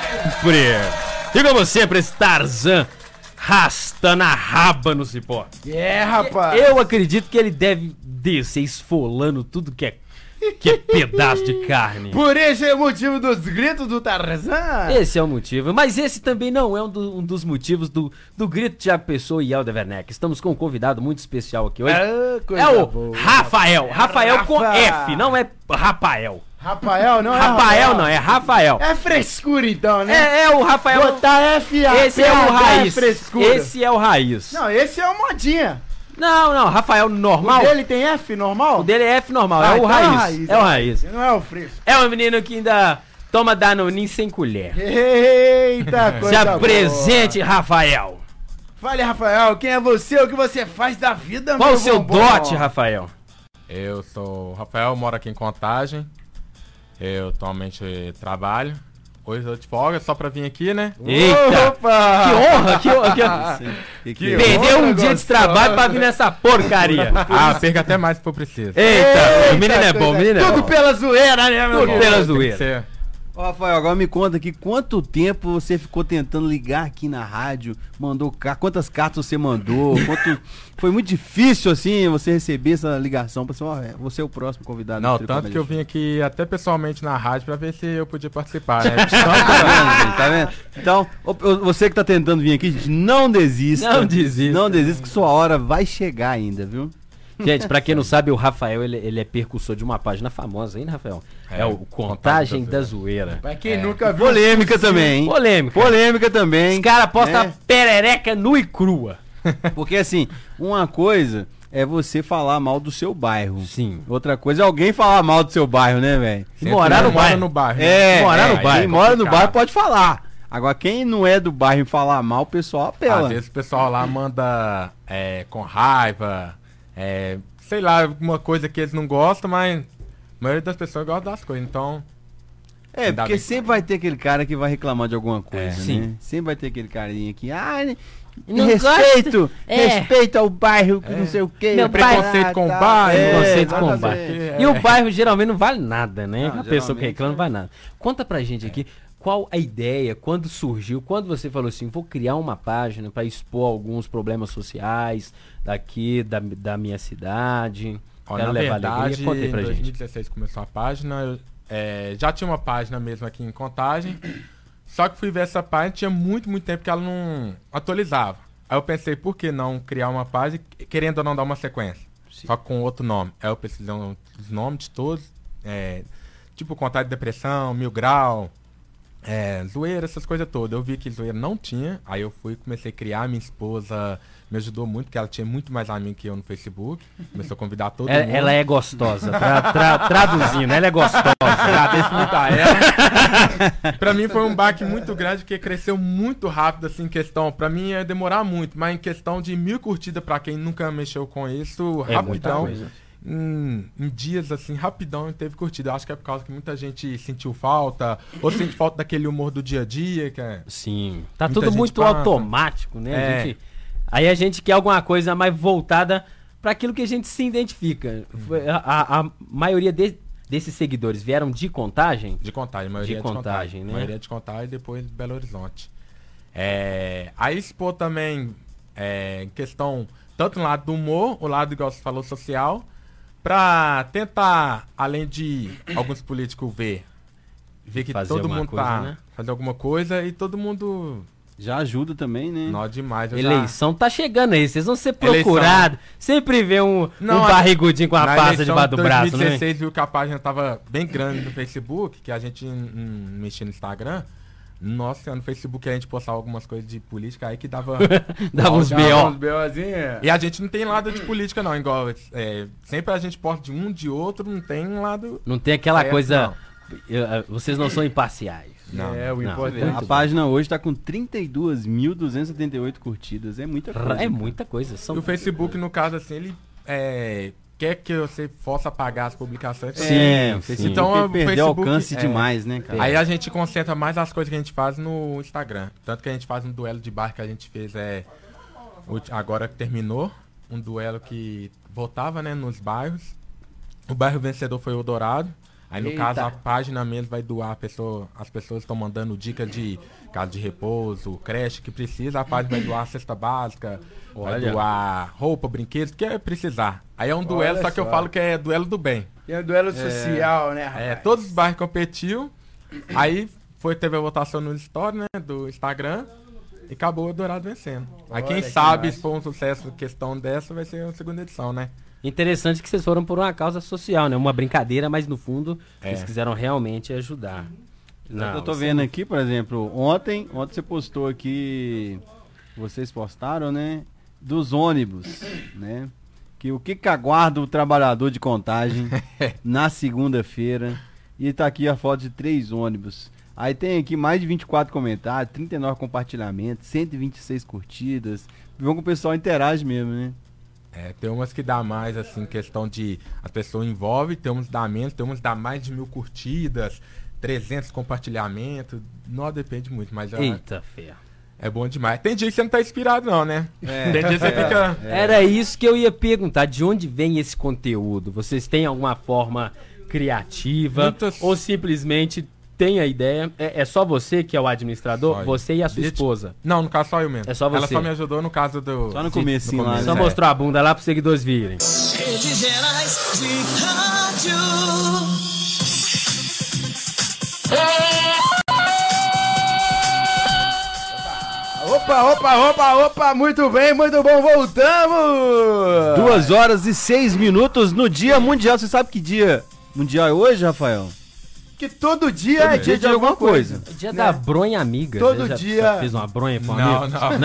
E como sempre, esse Tarzan rasta na raba no cipó.
É, rapaz.
Eu acredito que ele deve descer esfolando tudo que é, que é pedaço de carne.
Por esse é o motivo dos gritos do Tarzan.
Esse é o motivo. Mas esse também não é um, do- um dos motivos do, do grito de Thiago Pessoa e Helder Werneck. Estamos com um convidado muito especial aqui hoje.
Ah, coisa
é o
boa.
Rafael. Rafael com
Rafa.
F, não é Rafael.
Rafael não é
Rafael não, é Rafael.
É frescura então, né?
É, é o Rafael.
Botar F A
Esse é o raiz.
frescura.
Esse é o raiz.
Não, esse é o modinha.
Não, não, Rafael normal.
O dele tem F normal?
O dele é F normal,
Ah,
é o
então
raiz. É o
né?
raiz.
Não é o fresco.
É um menino que ainda toma Danoninho sem colher.
Eita,
Se
coisa
apresente, Rafael.
boa. Fale, Rafael, quem é você? O que você faz da vida,
Qual
meu
o seu
bombom?
dote, Rafael?
Eu sou o Rafael, moro aqui em Contagem. Eu atualmente trabalho. Hoje eu tô de folga só pra vir aqui, né?
Eita!
Opa!
Que honra, que honra, que honra.
Que que-
Perdeu um
honra
dia de
gostosa.
trabalho pra vir nessa porcaria.
Ah, perca até mais se for preciso.
Eita, o menino é
coisa-
bom, o menino é
Tudo
bom.
pela zoeira, né, meu
Tudo
irmão?
pela
Tem que
zoeira.
ser.
Ô, Rafael, agora me conta aqui quanto tempo você ficou tentando ligar aqui na rádio, mandou ca- quantas cartas você mandou, quanto- foi muito difícil assim você receber essa ligação para ser, ó, é, você é o próximo convidado.
Não,
do Trio
tanto
Comédia
que eu
Show.
vim aqui até pessoalmente na rádio pra ver se eu podia participar, né?
Tá vendo, gente? Tá vendo? Então, ô, ô, você que tá tentando vir aqui, gente, não desista.
Não desista.
Não desista que sua hora vai chegar ainda, viu?
Gente, pra quem não sabe, o Rafael, ele, ele é percursor de uma página famosa, hein, Rafael? É,
É,
o Contagem da Zoeira.
Mas quem nunca viu.
Polêmica também, hein?
Polêmica.
Polêmica também.
Os caras postam
né?
perereca nua e crua.
Porque assim, uma coisa é você falar mal do seu bairro.
Sim.
Outra coisa é alguém falar mal do seu bairro, né, velho?
Sempre
morar no
mora
bairro.
no bairro. né?
É,
morar no
é,
bairro é
Quem mora no
complicado.
bairro pode falar. Agora, quem não é do bairro e falar mal, o pessoal apela.
Às vezes o pessoal lá manda é, com raiva, é, sei lá, alguma coisa que eles não gostam, mas a maioria das pessoas gosta das coisas. Então,
é,
Ainda
porque
bem.
sempre vai ter aquele cara que vai reclamar
É,
de alguma coisa, né?
sim.
Sempre vai ter aquele carinha que, ah, né,
Não
respeito,
É.
respeito ao bairro, que não sei o quê.
Meu
É. preconceito com o
Ah,
bairro.
É,
Preconceito
nada
com
a
o bairro.
ver.
É.
E o bairro geralmente não vale nada, né?
Não,
a pessoa
geralmente
que
é.
reclama não vale nada. Conta pra gente aqui qual a ideia, quando surgiu, quando você falou assim, vou criar uma página pra expor alguns problemas sociais daqui, da, da minha cidade.
ó,
quero
na
levar
verdade,
alegria. Conta aí pra
em
gente.
2016 começou a página, eu, é, já tinha uma página mesmo aqui em Contagem, só que fui ver essa página, tinha muito, muito tempo que ela não atualizava. Aí eu pensei, por que não criar uma página, querendo ou não dar uma sequência? Só com outro nome. Aí eu pesquisei um- os nomes de todos, é, tipo Contagem Depressão, Mil Grau, É, zoeira, essas coisas todas. Eu vi que zoeira não tinha, aí eu fui, comecei a criar. Minha esposa me ajudou muito, porque ela tinha muito mais amigo que eu no Facebook. Começou a convidar todo
Ela,
mundo.
ela é gostosa, tra- tra- traduzindo, ela é gostosa.
Agradeço muito a ela. pra mim foi um baque muito grande, porque cresceu muito rápido, assim, em questão. Pra mim ia demorar muito, mas em questão de mil curtidas, pra quem nunca mexeu com isso,
É muita
rapidão.
coisa.
Em, em dias assim, rapidão teve curtida. Eu acho que é por causa que muita gente sentiu falta, ou sente falta daquele humor do dia a dia, que é.
Sim. Tá
Muita
tudo
gente
muito
passa.
automático, né? A
É.
gente- aí a gente quer alguma coisa mais voltada pra aquilo que a gente se identifica. Foi- A, a- a maioria de- desses seguidores vieram de contagem?
De contagem, a maioria
De
de,
Contagem,
contagem,
né?
né? Maioria de contagem e depois Belo Horizonte. É, a Expo também, é, em questão, tanto no lado do humor, o lado, igual você falou, social, pra tentar, além de alguns políticos ver, ver que
Fazer
todo
alguma
mundo
coisa,
tá
né?
fazer alguma coisa e todo mundo.
Já ajuda também, né?
Nó demais, eu já-
Eleição tá chegando aí, vocês vão ser
Eleição.
procurados. Sempre vê um, um
Não, a-
barrigudinho com a
Na
pasta
eleição
debaixo do
de
braço, né?
2016 viu que a página tava bem grande no Facebook, que a gente hum, mexia no Instagram. Nossa, no Facebook a gente postava algumas coisas de política aí que dava.
Dava uns B.O.
B.O.zinho.
E a gente não tem lado de política, não, igual. é, sempre a gente posta de um, de outro, não tem um lado.
Não tem aquela
Certo,
coisa.
É, não.
eu- eu- vocês não são imparciais.
Não.
É, o
Não,
importante.
né?
A página hoje tá com 32.278 curtidas. É muita coisa.
É muita coisa. São...
E o Facebook, no caso, assim, ele é, quer que você possa apagar as publicações.
Sim,
É,
sim.
Facebook- Então,
Porque
o
perdeu
Facebook,
alcance
é.
demais, né, cara?
Aí a gente concentra mais as coisas que a gente faz no Instagram. Tanto que a gente faz um duelo de bar que a gente fez é, ulti- agora que terminou. Um duelo que votava né, nos bairros. O bairro vencedor foi o Dourado. Aí, no caso, a página mesmo vai doar. A pessoa, as pessoas estão mandando dicas de casa de repouso, creche que precisa. A página vai doar cesta básica, vai doar roupa, brinquedos, o que é precisar. Aí é um duelo, só que eu
só.
falo que é duelo do bem.
E o
É.
duelo social, né, rapaz?
É, todos os bairros competiu. Aí foi, teve a votação no story, né? Do Instagram. E acabou o Dourado vencendo. Aí quem sabe se for um sucesso questão dessa, vai ser a segunda edição, né?
Interessante que vocês foram por uma causa social, né? Uma brincadeira, mas no fundo eles quiseram realmente ajudar.
Tá.
Não,
eu tô vendo aqui, por exemplo, ontem, ontem você postou aqui, vocês postaram, né? Dos ônibus, né? Que o que, que aguarda o trabalhador de contagem na segunda-feira? E tá aqui a foto de três ônibus. Aí tem aqui mais de 24 comentários, 39 compartilhamentos, 126 curtidas. Vamos que o pessoal interage mesmo, né?
É, tem umas que dá mais, assim, questão de a pessoa envolve, tem uns que dá menos, tem uns que dá mais de mil curtidas, 300 compartilhamentos. Não depende muito, mas é,
Eita, ferro.
é bom demais. Tem dia que você não tá inspirado, não, né? tem dia que você fica.
Era isso que eu ia perguntar. De onde vem esse conteúdo? Vocês têm alguma forma criativa?
Muitas-
Ou simplesmente tem a ideia. É, é só você que é o administrador?
Só eu.
você e a sua
Deixa-
esposa.
Não, no caso só eu mesmo.
É só
Ela
você.
só me ajudou no caso do.
Só no comecinho
no
lá.
começo.
né?
Só mostrou a bunda lá pros seguidores virem.
Redes Gerais de Rádio.
Opa, opa, opa, opa, muito bem, muito bom, voltamos!
Duas horas e seis minutos no Dia Mundial. Você sabe que dia mundial é hoje, Rafael?
Que todo dia é dia de alguma coisa.
Dia da bronha amiga.
Todo
Você já-
dia-
já fez uma bronha pra um
Não,
amigo?
não.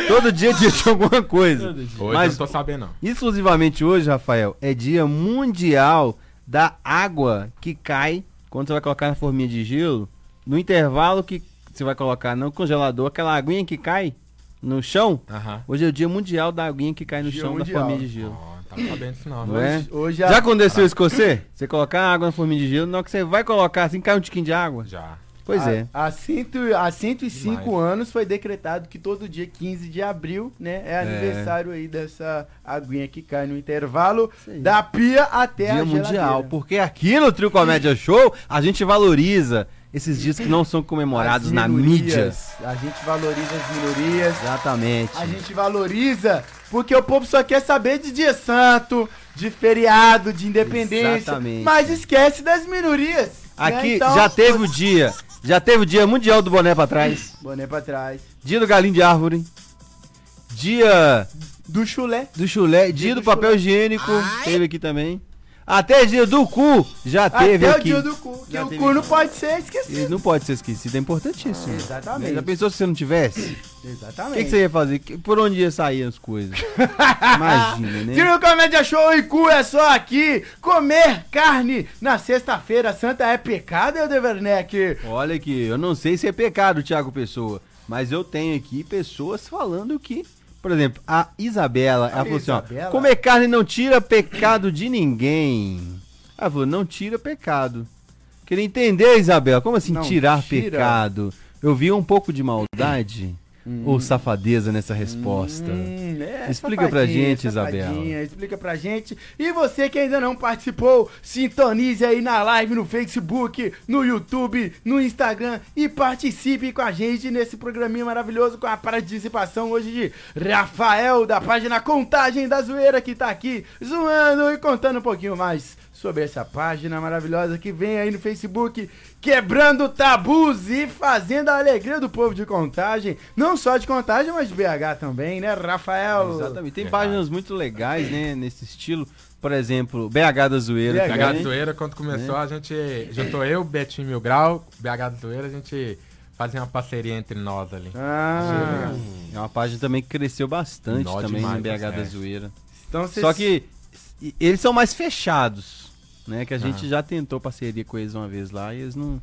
Não.
Todo dia é dia de alguma coisa.
Hoje
Mas-
eu não tô sabendo, não.
Exclusivamente hoje, Rafael, é dia mundial da água que cai quando você vai colocar na forminha de gelo. No intervalo que você vai colocar no congelador, aquela aguinha que cai no chão.
Aham.
Hoje é o dia mundial da aguinha que cai no
Dia
chão
mundial.
da forminha de gelo.
Não, não tava tá sabendo disso, não.
Não
né?
é?
Hoje
Já aconteceu isso com você? Você colocar água na forminha de gelo, na hora que você vai colocar assim, cai um tiquinho de água?
Já.
Pois
há,
é.
Há, cento, há 105
Demais.
anos foi decretado que todo dia 15 de abril, né, é aniversário aí dessa aguinha que cai no intervalo
aí.
da pia até É a
Dia Mundial.
geladeira.
Porque aqui no Trio Comédia Show, a gente valoriza esses dias que não são comemorados
As
na
minorias,
mídia.
A gente valoriza as minorias.
Exatamente.
A gente valoriza porque o povo só quer saber de dia santo, de feriado, de independência,
Exatamente.
mas esquece das minorias.
Aqui
né? Então,
já teve o dia. Já teve o dia mundial do boné pra trás.
boné pra trás,
Dia do galinho de árvore. Dia
do chulé.
do chulé. Dia do
do
papel higiênico. Teve aqui também. Até dia do cu. Já teve
até
aqui.
o dia do cu, que
Já
o
teve
cu não
aqui.
pode ser esquecido.
Ele não pode ser esquecido, é importantíssimo.
Exatamente.
Já pensou se você não tivesse? O
Exatamente.
que, que você ia fazer? Que- Por onde ia sair as coisas? Imagina, né?
Trio Ah, Comédia Show e cu é só aqui. Comer carne na sexta-feira santa é pecado, Helder Werneck?
Olha aqui, eu não sei se é pecado, Thiago Pessoa, mas eu tenho aqui pessoas falando que, por exemplo, a Isabela, ela falou assim, ó,
Isabela?
comer carne não tira pecado de ninguém. Ela falou, não tira pecado. Queria entender, Isabela, como assim
Não
tirar
tira.
pecado? Eu vi um pouco de maldade ou safadeza nessa resposta.
Hum, é,
Explica pra
safadinha,
gente,
safadinha,
Isabela.
Explica pra gente. E você que ainda não participou, sintonize aí na live, no Facebook, no YouTube, no Instagram e participe com a gente nesse programinha maravilhoso com a participação hoje de Rafael, da página Contagem da Zoeira, que tá aqui zoando e contando um pouquinho mais sobre essa página maravilhosa que vem aí no Facebook, quebrando tabus e fazendo a alegria do povo de Contagem, não só de Contagem, mas de BH também, né, Rafael?
Exatamente. Tem
Verdade.
páginas muito legais, né, nesse estilo. Por exemplo, BH da Zoeira.
BH
também.
BH Zoeira, quando começou, a gente juntou eu, Betinho Mil Grau, BH Zoeira, a gente fazia uma parceria entre nós ali.
Ah,
É uma página também que cresceu bastante
Nó
também
demais,
no BH da
é.
Zoeira.
então vocês...
Só que e- eles são mais fechados, né? Que a gente
Ah.
já tentou parceria com eles uma vez lá e eles não,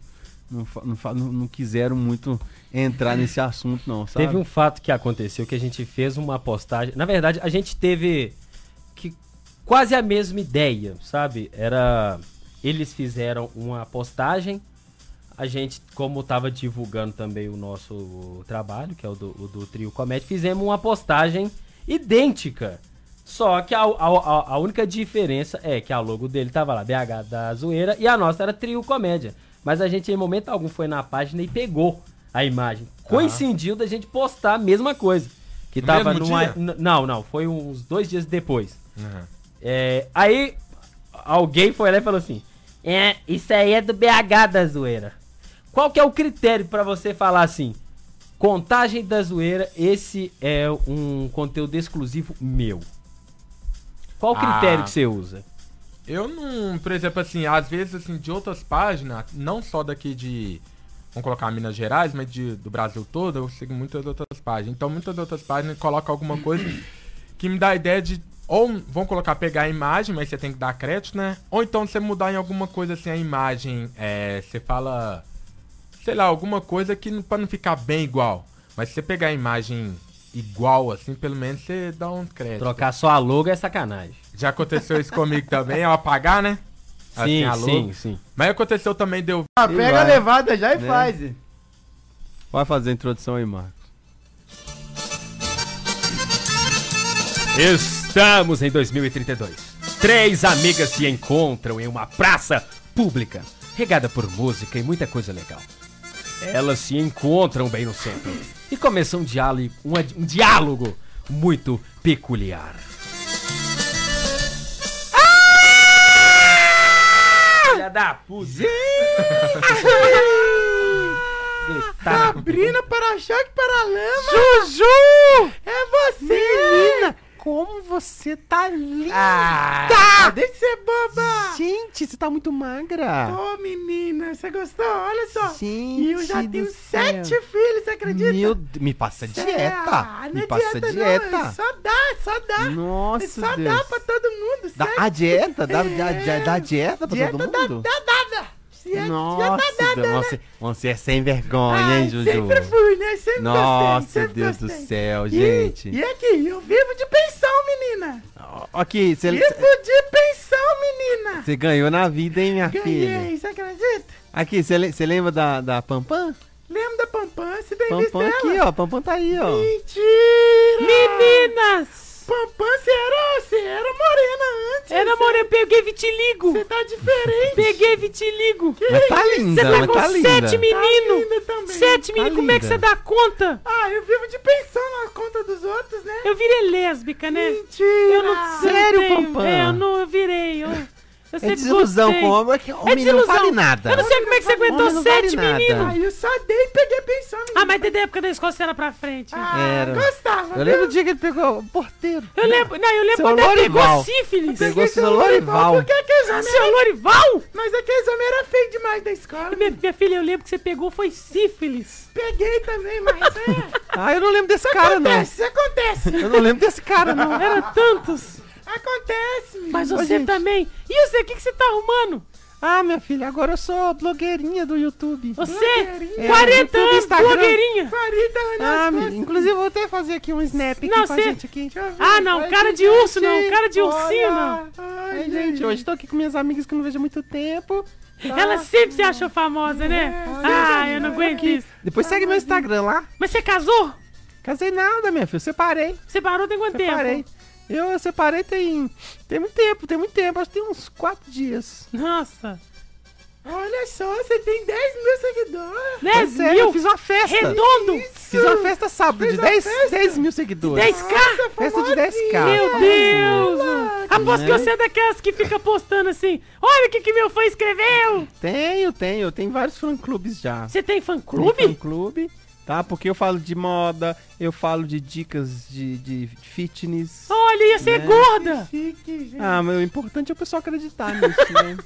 não, fa- não, fa- não- não quiseram muito entrar nesse assunto, não, sabe?
Teve um fato que aconteceu que a gente fez uma postagem. Na verdade, a gente teve que quase a mesma ideia, sabe? Era eles fizeram uma postagem. A gente, como estava divulgando também o nosso trabalho, que é o do, o do Trio Comédia, fizemos uma postagem idêntica. Só que a, a- a- a única diferença é que a logo dele tava lá, BH da Zoeira, e a nossa era Trio Comédia. Mas a gente, em momento algum, foi na página e pegou a imagem. Coincidiu da gente postar a mesma coisa. Que
Tá. No
tava
mesmo
numa.
dia?
n- Não, não, foi uns dois dias depois.
Uhum.
É, aí alguém foi lá e falou assim: É, isso aí é do BH da zoeira. Qual que é o critério pra você falar assim? Contagem da zoeira, esse é um conteúdo exclusivo meu. Qual o critério
Ah.
que você usa?
Eu não, por exemplo, assim, às vezes, assim, de outras páginas, não só daqui de, vamos colocar Minas Gerais, mas de, do Brasil todo, eu sigo muitas outras páginas. Então, muitas outras páginas colocam alguma coisa que me dá a ideia de, ou vão colocar, pegar a imagem, mas você tem que dar crédito, né? Ou então você mudar em alguma coisa, assim, a imagem, é, você fala, sei lá, alguma coisa que não- pra não ficar bem igual. Mas se você pegar a imagem igual, assim, pelo menos você dá um crédito.
Trocar só a logo é sacanagem.
Já aconteceu isso comigo também, eu apagar, né?
sim,
alô.
sim, sim.
Mas aconteceu também de eu
Ah, pega a
vai.
levada já e
Né?
faz.
Vai fazer a introdução aí, Marco.
Estamos em 2032. Três amigas se encontram em uma praça
pública, regada por música e muita coisa legal. Elas se encontram bem no centro e começam um diálogo, um ad- um diálogo muito peculiar. Filha da puta!
Tá Sabrina para-choque para-lama. Juju! É você! Menina,
Né? Como você tá linda!
Ah!
tá! Deixa de ser boba!
Gente, você tá muito magra!
Ô, menina, você gostou? Olha só.
Gente
e eu já
do
tenho
céu.
sete filhos, você acredita?
Meu Deus, me passa dieta!
Ah, não
me
é
passa
dieta,
dieta!
Não. Só dá, só dá.
Nossa,
Só dá
Deus.
pra todo mundo.
Dá
sete.
a dieta? Dá, dá,
É.
dá, dá dieta pra
Dieta
todo
dá-
mundo?
Dá nada. Dieta-
Nossa,
dieta dá
Deus,
nada.
você, você é sem vergonha,
Ah,
hein, Juju?
Sempre fui, né? Sempre
Nossa,
gostei, sempre
Deus do
gostei.
céu,
E-
gente.
E aqui, eu vivo de pensão, menina.
Ok, você
Vivo de pensão, menina.
você ganhou na vida, hein, minha filha?
Ganhei, você acredita?
Aqui, você le- você lembra da, da Pampam?
Lembra da Pampam? Você tem visto
Pampam
ela?
aqui, ó. Pampam tá aí, ó.
Mentira! Meninas! Pampam, você era, você era morena antes.
Era
você-
morena, peguei vitiligo!
Você tá diferente.
Peguei vitiligo!
Mas tá linda,
Você tá
mas
com
tá linda. Tá
sete menino!
linda também.
Sete menino, como é que
linda.
você dá conta?
Ah, eu vivo de pensão na conta dos outros, né?
Eu virei lésbica, né?
Mentira!
Eu não
Sério,
eu tenho-
Pampam?
É, eu não eu virei. Eu, eu
É
sempre
desilusão
gostei.
com o homem, é que
É
homem não vale nada.
Eu não sei como é que você
Homem
aguentou
não vale
sete
nada.
meninos.
Aí eu só dei e peguei pensão, menina.
Ah, mas desde a época da escola você era pra frente.
Ah,
Era.
gostava.
Eu lembro o dia que ele pegou o porteiro.
Eu lembro, não, eu lembro
Seu
quando ele pegou
Lorival.
sífilis.
Pegou seu
Lorival.
Lorival.
Por que aqueles
Ah,
homens
Seu
eram...
Lorival?
Mas é aqueles homens eram feios demais da escola.
Minha, minha filha, eu lembro que você pegou foi sífilis.
Peguei também, mas é...
Ah, eu não lembro desse cara, não.
Acontece, acontece.
Eu não lembro desse cara, não.
Era tantos.
Acontece, tá menina.
Mas você também. E você, o que, que você tá arrumando?
Ah, minha filha, agora eu sou blogueirinha do YouTube.
Você,
Blogueirinha.
40
É, YouTube,
anos,
Instagram.
blogueirinha.
40 anos.
Ah, mi- inclusive eu vou até fazer aqui um snap aqui
Não,
com a
cê-
gente aqui.
Ah, não, cara de urso não, cara de ursinho não.
Olha. Ai, gente, hoje tô aqui com minhas amigas que eu não vejo há muito tempo. tá?
Ela sempre se achou famosa, né? Ah, eu não aguento isso.
Depois segue meu Instagram lá.
Ah, Mas você casou?
Casei nada, minha filha, separei.
Você parou tem quanto
Separei.
tempo?
Eu eu separei tem, tem muito tempo, tem muito tempo, acho que tem uns quatro dias.
Nossa.
Olha só, você tem 10 mil seguidores.
10
é,
mil?
eu fiz uma festa.
Né, Redondo.
Fiz uma festa sábado de
uma
10,
festa.
10 mil seguidores.
10k?
Festa é de 10k.
Meu Deus! Aposto que
né?
você é daquelas que fica postando assim: Olha o que, que meu fã escreveu!
Tenho, tenho. Tem vários fã-clubes já.
Você é tem
Tem
fã-clube?
Fã-clube, tá? Porque eu falo de moda, eu falo de dicas de, de fitness.
Olha, ia ser
Né?
gorda!
Chique, gente.
Ah, mas o importante é o pessoal acreditar nisso, né?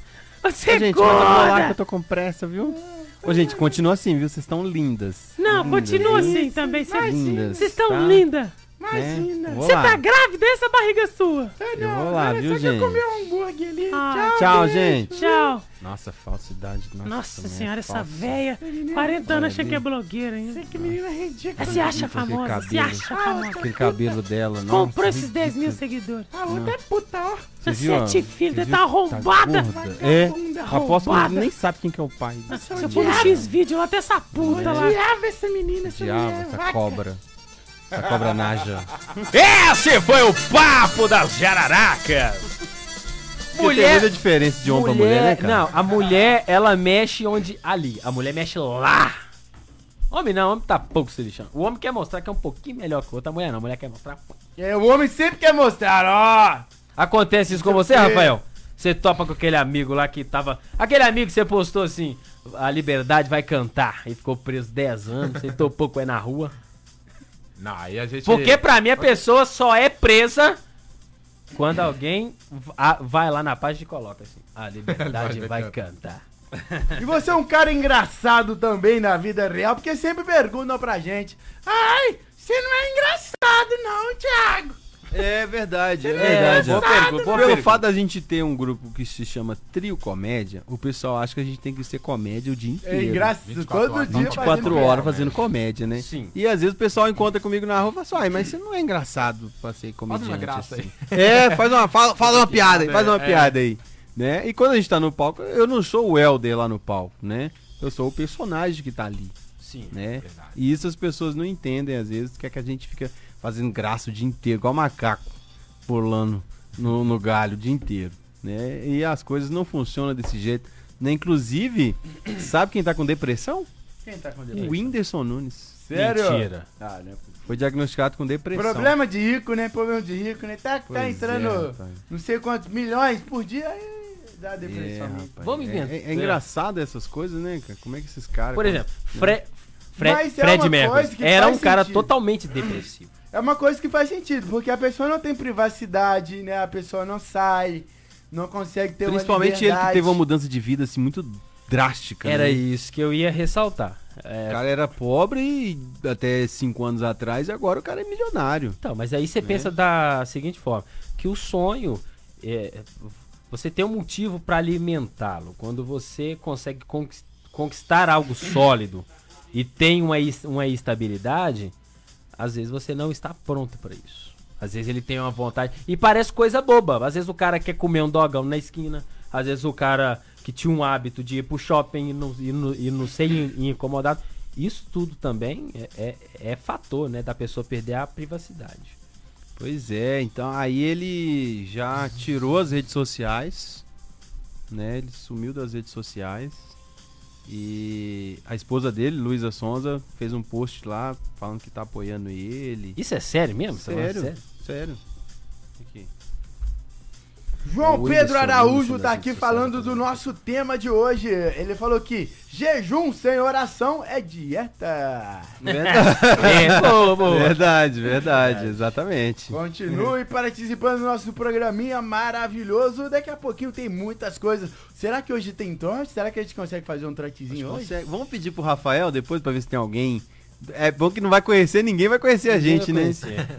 Você é
gente, mas eu vou lá que eu
gorda!
tô com pressa, viu? Ô, gente, continua assim, viu? Vocês estão lindas.
Não,
lindas, né?
continua
hein?
assim também. você-
Lindas,
Vocês estão
tá?
linda!
Imagina.
Vou
Você
lá.
tá grávida essa barriga sua?
Eu vou lá,
Olha,
viu,
só que eu
gente?
comi um hambúrguer ali.
Ah,
Tchau, gente.
Tchau!
Nossa, falsidade. Nossa,
Nossa
também é
senhora, essa
falso.
véia! 40 anos achei que é blogueira, hein?
Que menina é ridícula. Ah,
Mas se acha
Aquele
famosa, se
cabelo.
acha famosa.
Aquele cabelo dela, nossa.
Comprou esses 10 mil seguidores.
A outra é puta, ó.
Você viu, ó?
Sete filhos,
Você
tá
viu?
arrombada!
gorda. É,
Vagabunda,
aposto que
arrombada.
nem sabe quem que é o pai. desse
Se eu for no X-Vídeo, lá tem essa puta lá.
Odiava essa menina, essa
Diabo,
mulher.
essa
vaca.
cobra. Essa cobra naja.
Esse foi o Papo das Jararacas.
Tem muita diferença de homem pra mulher, né, cara?
Não, a mulher, ela mexe onde? Ali. A mulher mexe lá. Homem não, homem tá pouco se lixando. O homem quer mostrar que é um pouquinho melhor que o outro. A mulher não, a mulher quer mostrar.
É, o homem sempre quer mostrar, ó.
Acontece isso com você, Rafael? Você topa com aquele amigo lá que tava. Aquele amigo que você postou assim: a liberdade vai cantar. E ficou preso 10 anos, você topou com ele na rua.
Não, aí a gente.
Porque pra mim a pessoa só é presa quando alguém v- a- vai lá na página e coloca assim: a liberdade vai, cantar.
E você é um cara engraçado também na vida real, porque sempre perguntam pra gente. Ai, você não é engraçado não, Thiago.
É verdade, é
verdade,
verdade.
ó.
Boa pergunta, boa
Pelo
Pelo fato da gente ter um grupo que se chama Trio Comédia, o pessoal acha que a gente tem que ser comédia o dia
É
inteiro.
engraçado,
24
todo
horas.
dia
24
fazendo
horas fazendo comédia, né?
Sim.
E às vezes o pessoal encontra comigo na rua e fala assim, "Ai, mas você não é engraçado pra ser comediante.
graça
assim." É, faz uma, fala, fala uma piada aí, faz uma piada aí. Né? E quando a gente tá no palco, eu não sou o Helder lá no palco, né? Eu sou o personagem que tá ali.
Sim.
né? E isso as pessoas não entendem, às vezes, que é que a gente fica fazendo graça o dia inteiro, igual macaco, pulando no, no galho o dia inteiro, né? E as coisas não funcionam desse jeito. Né? Inclusive, sabe quem tá com depressão?
Quem tá com
O
depressão?
Whindersson Nunes.
Sério?
Mentira.
Ah, não é possível.
Foi diagnosticado com depressão.
Problema de rico, né? Problema de rico, né? Tá,
Pois
tá entrando
é, rapaz.
não sei quantos milhões por dia aí dá
É,
depressão.
rapaz,
Vamos
é-
inventar.
É, é engraçado essas coisas, né, cara? Como é que esses caras.
Por exemplo, Fre Fre
Mas é
Fred
uma coisa
Mercury
que
era
faz
um cara
sentido.
totalmente depressivo.
É uma coisa que faz sentido, porque a pessoa não tem privacidade, né? A pessoa não sai, não consegue ter
Principalmente
uma
ele que
liberdade.
teve um uma mudança de vida assim muito drástica.
Era
né?
isso que eu ia ressaltar.
O
É,
cara era pobre e até cinco anos atrás, e agora o cara é milionário.
Então, mas aí
Né?
você pensa da seguinte forma, que o sonho é, você tem um motivo para alimentá-lo. Quando você consegue conquis- conquistar algo sólido e tem uma, es- uma estabilidade, às vezes você não está pronto para isso. Às vezes ele tem uma vontade e parece coisa boba. Às vezes o cara quer comer um dogão na esquina, às vezes o cara que tinha um hábito de ir pro shopping e não, e não, e não ser in- incomodado. Isso tudo também é, é, é fator, né, da pessoa perder a privacidade.
Pois é, então aí ele já tirou as redes sociais, né? Ele sumiu das redes sociais. E a esposa dele, Luísa Sonza, fez um post lá falando que tá apoiando ele.
Isso é sério mesmo? Você tá falando
Sério? Sério. Aqui.
João
O
Pedro
Whindersson
Araújo
Nunes
tá
das
aqui
redes
falando
sociais
do
também.
nosso tema de hoje. Ele falou que jejum sem oração é dieta.
Verdade,
É, boa, boa.
verdade, verdade, exatamente.
Continue participando do nosso programinha maravilhoso. Daqui a pouquinho tem muitas coisas. Será que hoje tem trote? Será que a gente consegue fazer um trotezinho hoje?
Consegue- Vamos pedir pro Rafael depois pra ver se tem alguém. É bom que não vai conhecer ninguém, vai conhecer a gente, né?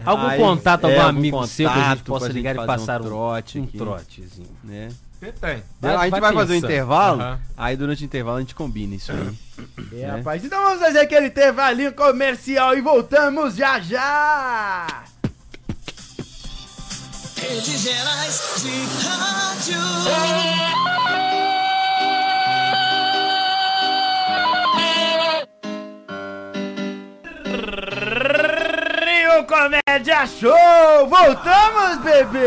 Algum
Aí,
contato,
é,
algum
algum
amigo seu que a gente
contato
possa
pra gente
ligar e
fazer
passar
um
um
trote
um
aqui.
trotezinho.
Né?
Você tem.
Vai-
a gente
vai
vai fazer o
pensando.
intervalo,
Aham.
aí durante o intervalo a gente combina isso aí.
É, rapaz. Então vamos fazer aquele intervalinho comercial e voltamos já já!
Redes Gerais de Rádio.
Rio Comédia Show! Voltamos, bebê!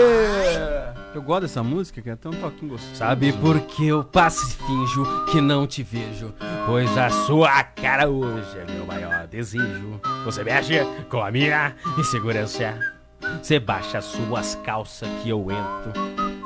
Eu gosto dessa música, que é tão toquinho gostoso.
Sabe por que eu passo e finjo que não te vejo? Pois a sua cara hoje é meu maior desejo. Você mexe com a minha insegurança. Você baixa as suas calças que eu entro.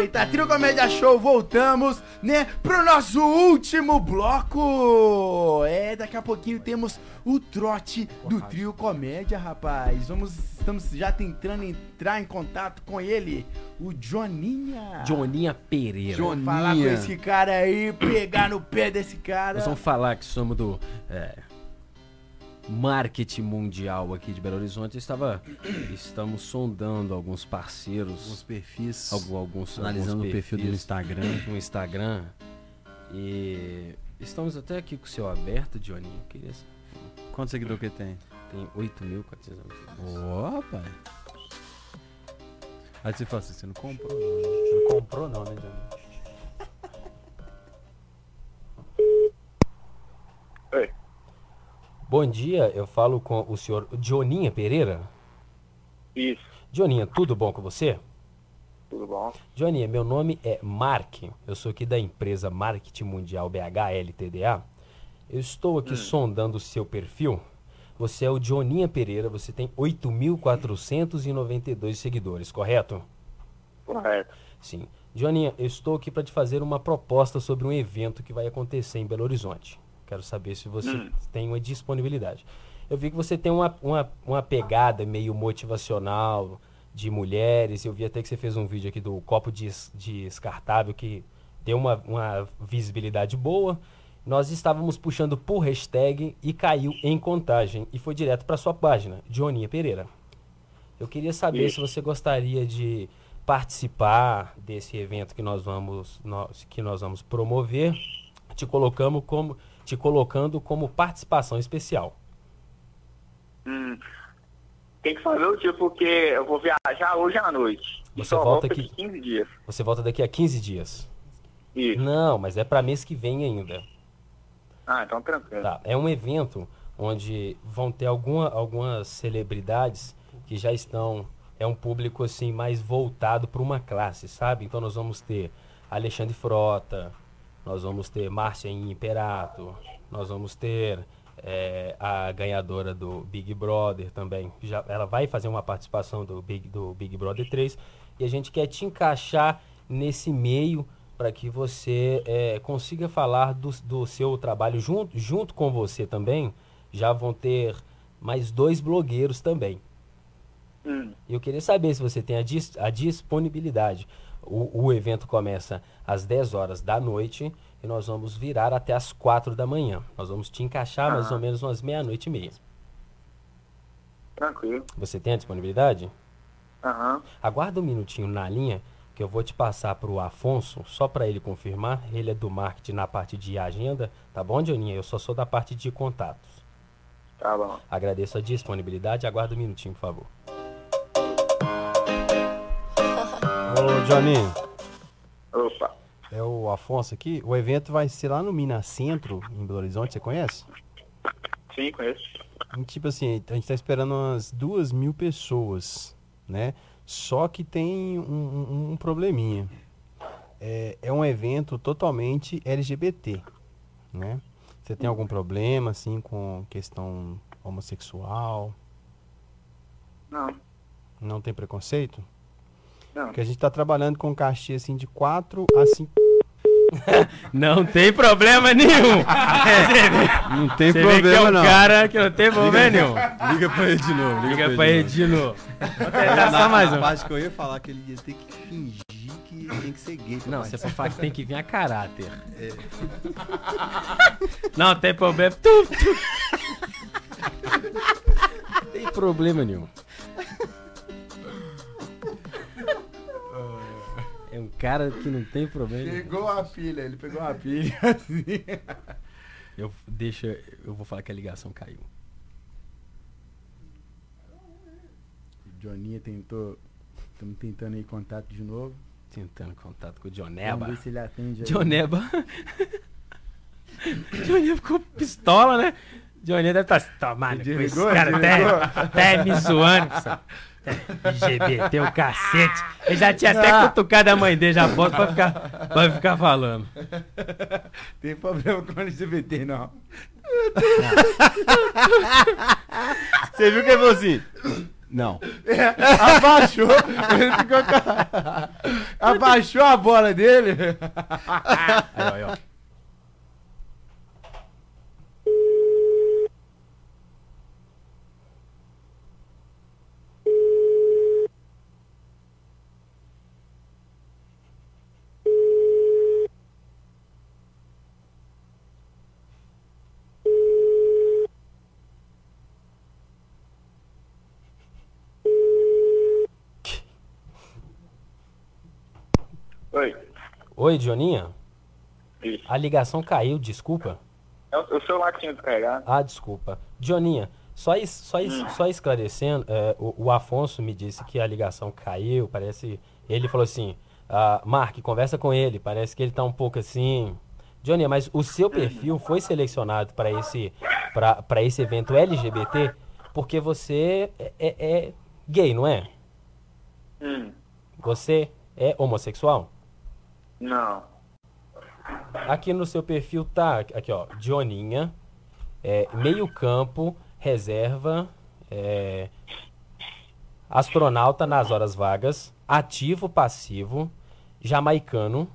Eita, Trio Comédia Show, voltamos, né, pro nosso último bloco! É, daqui a pouquinho temos o trote do Trio Comédia, rapaz. Vamos, estamos já tentando entrar em contato com ele, o Joninha.
Joninha Pereira.
Joninha.
Falar com esse cara aí, pegar no pé desse cara.
Nós vamos falar que somos do é, marketing mundial aqui de Belo Horizonte. Eu Estava, estamos sondando alguns
Alguns
parceiros,
perfis.
algum- alguns,
analisando
alguns
o perfil do
perfis
Instagram.
no Instagram. E estamos até aqui com o seu aberto, Johnny. Eu queria sa-
Quanto seguidor que tem?
Tem 8.400.
Ó, rapaz. Aí você fala assim, você não comprou.
Não comprou não, né, Johnny?
Oi.
Bom dia, eu falo com o senhor Joninha Pereira.
Isso,
Joninha, tudo bom com você?
tudo bom?
Johnny, meu nome é Mark. Eu sou aqui da empresa Marketing Mundial BH LTDA. Eu estou aqui sondando o seu perfil. Você é o Joninha Pereira, você tem 8.492 seguidores, correto?
Correto.
Sim. Joninha, eu estou aqui para te fazer uma proposta sobre um evento que vai acontecer em Belo Horizonte. Quero saber se você tem uma disponibilidade. Eu vi que você tem uma, uma, uma pegada meio motivacional de mulheres. Eu vi até que você fez um vídeo aqui do copo des- descartável que deu uma, uma visibilidade boa. Nós estávamos puxando por hashtag e caiu em contagem. E foi direto para sua página, Joninha Pereira. Eu queria saber se você gostaria de participar desse evento que nós vamos nós- que nós vamos promover. Te colocamos como te colocando como participação especial.
Hum, Tem que fazer o dia porque eu vou viajar hoje à noite.
Você
Só
volta
volto daqui
aqui-
15 dias.
Você volta daqui a 15 dias.
Isso.
Não, mas é para mês que vem ainda.
Ah, então tranquilo.
Tá, é um evento onde vão ter alguma, algumas celebridades que já estão. É um público assim mais voltado para uma classe, sabe? Então nós vamos ter Alexandre Frota, nós vamos ter Márcia Imperato, nós vamos ter é, a ganhadora do Big Brother também. Já, ela vai fazer uma participação do Big, do Big Brother 3 e a gente quer te encaixar nesse meio para que você é, consiga falar do, do seu trabalho junto, junto com você também. Já vão ter mais dois blogueiros também. Eu queria saber se você tem a, dis- a disponibilidade. O, o evento começa às 10 horas da noite e nós vamos virar até às 4 da manhã. Nós vamos te encaixar mais
Ah.
ou menos umas meia-noite e meia.
Tranquilo.
Você tem a disponibilidade?
Aham.
Aguarda um minutinho na linha que eu vou te passar para o Afonso, só para ele confirmar. Ele é do marketing na parte de agenda, tá bom, Dioninha? Eu só sou da parte de contatos.
Tá bom.
Agradeço a disponibilidade. Aguarda um minutinho, por favor. Ô, Johnny.
Opa.
É o Afonso aqui. O evento vai ser lá no Minas Centro, em Belo Horizonte. Você conhece?
Sim, conheço.
E, tipo assim, a gente tá esperando umas duas mil pessoas, né? Só que tem um, um- um probleminha. É, é um evento totalmente LGBT, né? Você tem algum problema, assim, com questão homossexual?
Não.
Não tem preconceito?
Não.
Porque a gente tá trabalhando com cachê, assim, de 4 a 5... Não tem problema nenhum.
Não tem
Você vê
problema,
que é um
não.
cara que não tem problema nenhum.
Liga pra ele de novo.
Liga pra ele de novo. Vou tentar só mais um.
parte que eu ia falar que ele ia ter que fingir que tem que ser gay. pra
Não, você
participar.
só fala que tem que vir a caráter.
É.
Não tem problema. Tu, tu. tem problema nenhum.
Ah.
É um cara que não tem problema. nenhum.
Pegou a pilha, ele pegou a pilha assim.
Eu deixa, eu vou falar que a ligação caiu.
Joninha tentou. Estamos tentando aí contato de novo.
Tentando contato com o
É,
Joneba.
Vamos ver se ele atende aí.
Joneba. Joneba ficou pistola, né? Joneba deve estar tá, tomando.
Desligou,
Esse cara
desligou.
até, até me zoando. com essa- IGB, tem o cacete. Ele já tinha até
Ah.
cutucado a mãe dele, já bota pra ficar, pra ficar falando.
Tem problema com LGBT, não.
Você viu que ele falou assim? Não.
É, abaixou. Ele ficou com... a- Abaixou a bola dele.
Aí, ó, aí, ó.
Oi.
Oi, Dioninha.
Isso.
A ligação caiu, desculpa.
É o, o celular que tinha descarregado.
Ah, desculpa. Dioninha, só, es- só, es- só esclarecendo, é, o, o Afonso me disse que a ligação caiu, parece. Ele falou assim, ah, Mark, conversa com ele, parece que ele tá um pouco assim. Johnny, mas o seu perfil foi selecionado para esse, pra, pra esse evento LGBT porque você é, é- é gay, não é?
Hum.
Você é homossexual?
Não.
Aqui no seu perfil tá, aqui ó, Dioninha, é, meio campo, reserva, é, astronauta nas horas vagas, ativo, passivo, jamaicano,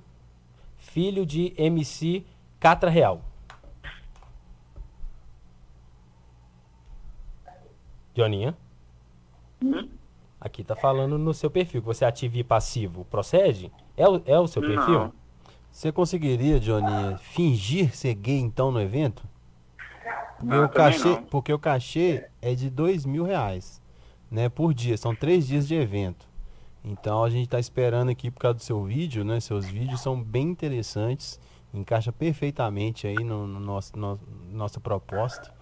filho de MC Catra Real. Dioninha? Aqui tá falando no seu perfil que você é ativo e passivo. Procede? É o, é o seu
Não.
perfil?
Você conseguiria, Johnny, fingir ser gay então no evento? Porque,
Ah,
o,
também
cachê,
não.
porque o cachê é de dois mil reais, né? Por dia, são três dias de evento. Então a gente está esperando aqui por causa do seu vídeo, né? Seus vídeos são bem interessantes, encaixa perfeitamente aí no, no nosso, no- nossa proposta.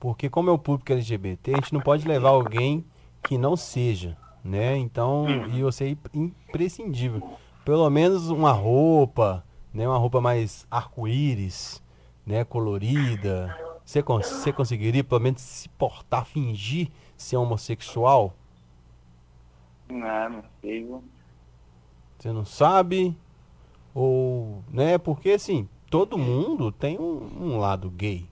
Porque como é o público LGBT, a gente não pode levar alguém que não seja, né? Então,
Uhum.
e você é imp- imprescindível. Pelo menos uma roupa, né? Uma roupa mais arco-íris, né? Colorida. Você, cons você conseguiria pelo menos se portar, fingir ser homossexual?
É, Não, não sei. viu?
Você não sabe?
Ou, né? Porque assim, todo mundo tem um, um lado gay.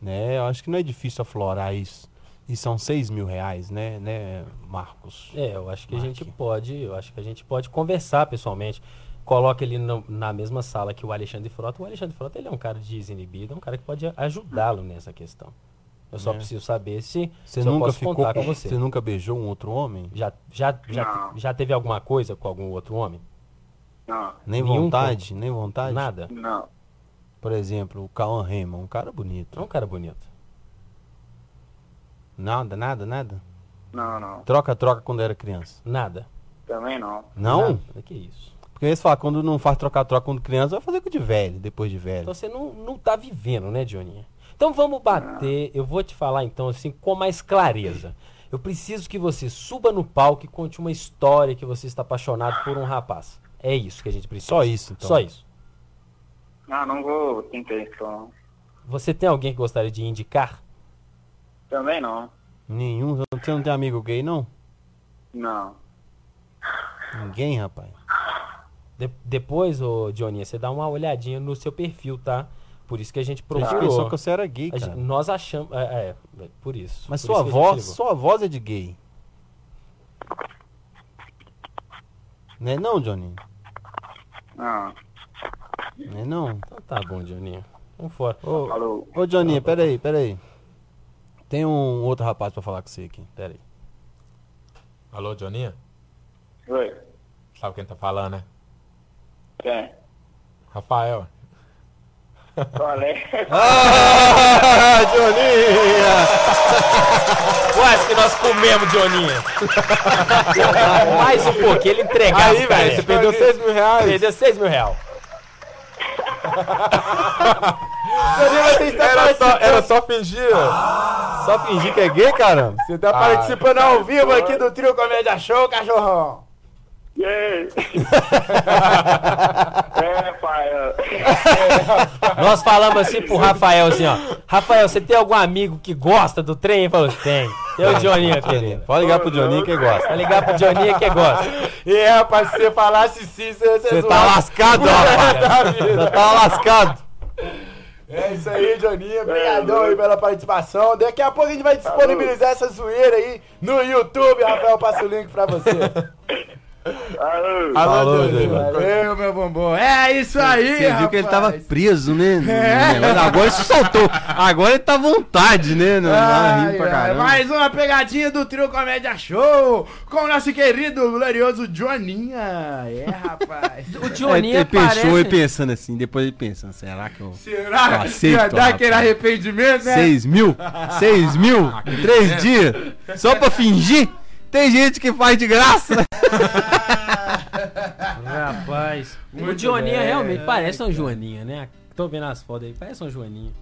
Né? Eu acho que não é difícil aflorar isso. E são seis mil reais, né, né, Marcos?
É, eu acho que a gente pode, eu acho que a gente pode conversar pessoalmente. Coloca ele no- na mesma sala que o Alexandre Frota. O Alexandre Frota ele é um cara desinibido, é um cara que pode ajudá-lo nessa questão. Eu só
É.
preciso saber se,
Você
se eu
nunca
posso
ficou
contar
com-
com você.
você nunca beijou um outro homem?
Já, já, já, já teve alguma coisa com algum outro homem?
Não.
Nem
Nenhum
vontade, nem vontade?
Nada.
Não.
Por exemplo, o Cauan Raymond, um cara bonito.
É um cara bonito.
Nada, nada, nada?
Não, não.
Troca, troca quando era criança?
Nada.
Também não.
Não?
Que isso?
Porque eles falam, quando não faz troca-troca quando criança, vai fazer com de velho, depois de velho.
Então você não, não tá vivendo, né, Dioninha? Então vamos bater, eu vou te falar então assim com mais clareza. Eu preciso que você suba no palco e conte uma história que você está apaixonado por um rapaz. É isso que a gente precisa.
Só isso, então.
Só isso.
Ah, não vou um. tentar isso, não.
Você tem alguém que gostaria de indicar?
Também não.
Nenhum, você não tem amigo gay, não?
Não.
Ninguém, rapaz.
De- depois, ô Dioninha, você dá uma olhadinha no seu perfil, tá? Por isso que a gente procurou.
pensou que você era gay,
A
cara.
gente- nós achamos. É, é, é, por isso.
Mas
Por
sua
isso que a gente
voz,
ligou.
sua voz é de gay. Não é não, Johnny?
Não.
Não é não?
Então tá bom, Dioninha. Vamos fora.
Ô,
Alô.
ô Johnny,
tá.
peraí, peraí. Tem um outro rapaz pra falar com você aqui.
Peraí.
Alô, Johninha?
Oi.
Sabe quem tá falando, né?
Quem?
Rafael.
Qual é?
Ah, Johnny!
Quase que nós comemos, Dioninha. Mais um pouquinho, ele entregava.
Aí, velho,
cara.
você perdeu seis mil reais.
Perdeu 6 mil reais.
Era só, era só fingir.
Só fingir que é gay, caramba?
Você tá participando ao vivo aqui do Trio Comédia Show, cachorrão.
E aí? é, pai. eu-
Nós falamos assim pro Rafael, assim, ó. Rafael, você tem algum amigo que gosta do trem? Ele falou, tem. Tem o Dioninha, querido.
Pode ligar pro Johnny que gosta.
Vai ligar pro Dioninha que gosta.
E rapaz, se você falasse sim, você,
Você tá lascado, rapaz. Você tá lascado.
É isso aí, Joninha. Obrigadão aí pela participação. Daqui a pouco a gente vai disponibilizar essa zoeira aí no YouTube. Rafael, passa o link pra você.
Alô.
Falou, Johnny.
Valeu, meu bombom. É isso aí,
Você viu que ele tava preso, né?
É.
Mas Agora ele se soltou. Agora ele tá à vontade, né? Não, não, rindo
Ai,
pra
ai,
caramba.
mais uma pegadinha do Trio Comédia Show com o nosso querido, glorioso Joninha. É, rapaz.
O
É, Ele,
É,
Dioninha
ele
parece...
pensou e pensando assim, depois ele pensando, será que eu.
Será
Eu aceito,
que ia dar
rapaz.
aquele arrependimento, né?
6 mil? 6 mil? em Três dias? Só pra fingir? Tem gente que faz de graça. né?
Rapaz. o
Muito
Dioninha
bem.
realmente parece um Joaninha, né? Tô vendo as fotos aí, parece um Joaninha.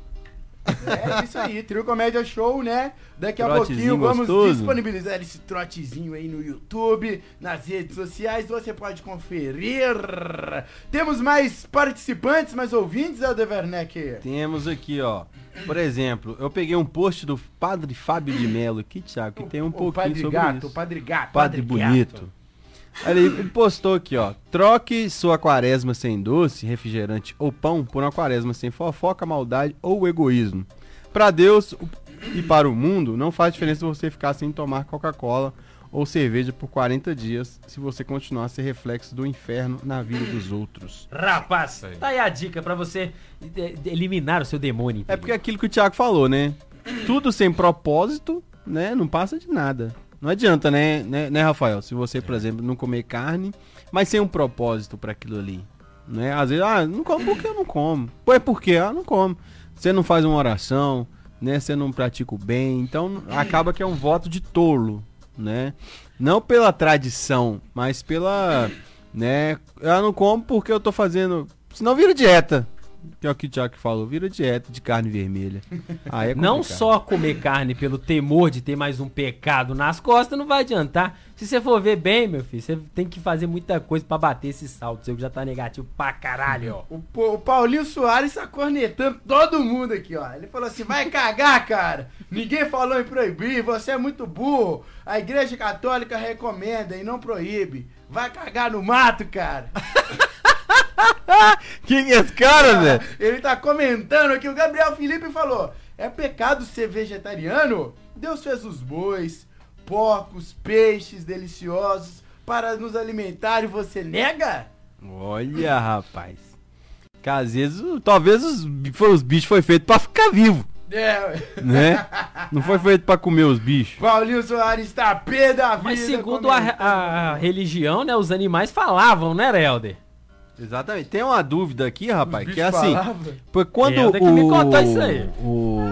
É isso aí, Trio Comédia Show, né? Daqui a
Trotezinho
pouquinho vamos
gostoso.
disponibilizar esse trotezinho aí no YouTube, nas redes sociais, você pode conferir. Temos mais participantes, mais ouvintes, Helder Werneck.
Temos aqui, ó. Por exemplo, eu peguei um post do Padre Fábio de Mello aqui, Thiago, que tem um
o
pouquinho
Padre
sobre
Gato,
isso.
o Padre Gato.
Padre
Gato.
Bonito. Olha, Ele ele postou aqui, ó. Troque sua quaresma sem doce, refrigerante ou pão por uma quaresma sem fofoca, maldade ou egoísmo. Pra Deus o- e para o mundo, não faz diferença você ficar sem tomar Coca-Cola ou cerveja por 40 dias se você continuar a ser reflexo do inferno na vida dos outros.
Rapaz, tá aí a dica pra você de- de- eliminar o seu demônio.
É porque é aquilo que o Thiago falou, né? Tudo sem propósito, né? Não passa de nada. Não adianta, né, né, né, Rafael? Se você, por exemplo, não comer carne, mas sem um propósito pra aquilo ali. Né? Às vezes, ah, não como porque eu não como. Pô, é porque? Ah, não como. Você não faz uma oração, né? Você não pratica o bem. Então, acaba que é um voto de tolo, né? Não pela tradição, mas pela, né? Eu não como porque eu tô fazendo... Senão vira dieta. Que é o que o Tiago falou. Vira dieta de carne vermelha. Aí é
Não
complicado.
só comer carne pelo temor de ter mais um pecado nas costas não vai adiantar. Se você for ver bem, meu filho, você tem que fazer muita coisa pra bater esse salto seu que já tá negativo pra caralho, ó.
O, Po- o Paulinho Soares tá cornetando todo mundo aqui, ó. Ele falou assim: vai cagar, cara. Ninguém falou em proibir, você é muito burro. A Igreja Católica recomenda e não proíbe. Vai cagar no mato, cara.
que que é esse cara, Zé?
Ele tá comentando aqui, o Gabriel Felipe falou: é pecado ser vegetariano? Deus fez os bois, porcos, peixes deliciosos para nos alimentar e você nega?
Olha, rapaz. Que às vezes, o- talvez os, bi- foi- os bichos foi feito pra ficar vivo,
É.
né? Não foi feito pra comer os bichos.
Paulinho Soares tá pé da vida.
Mas segundo
é
a,
tá
a- a religião, né, os animais falavam, né, Helder?
Exatamente. Tem uma dúvida aqui, rapaz, que é
bichos
assim.
falavam?
Foi quando
Helder que
o
me contou isso aí.
O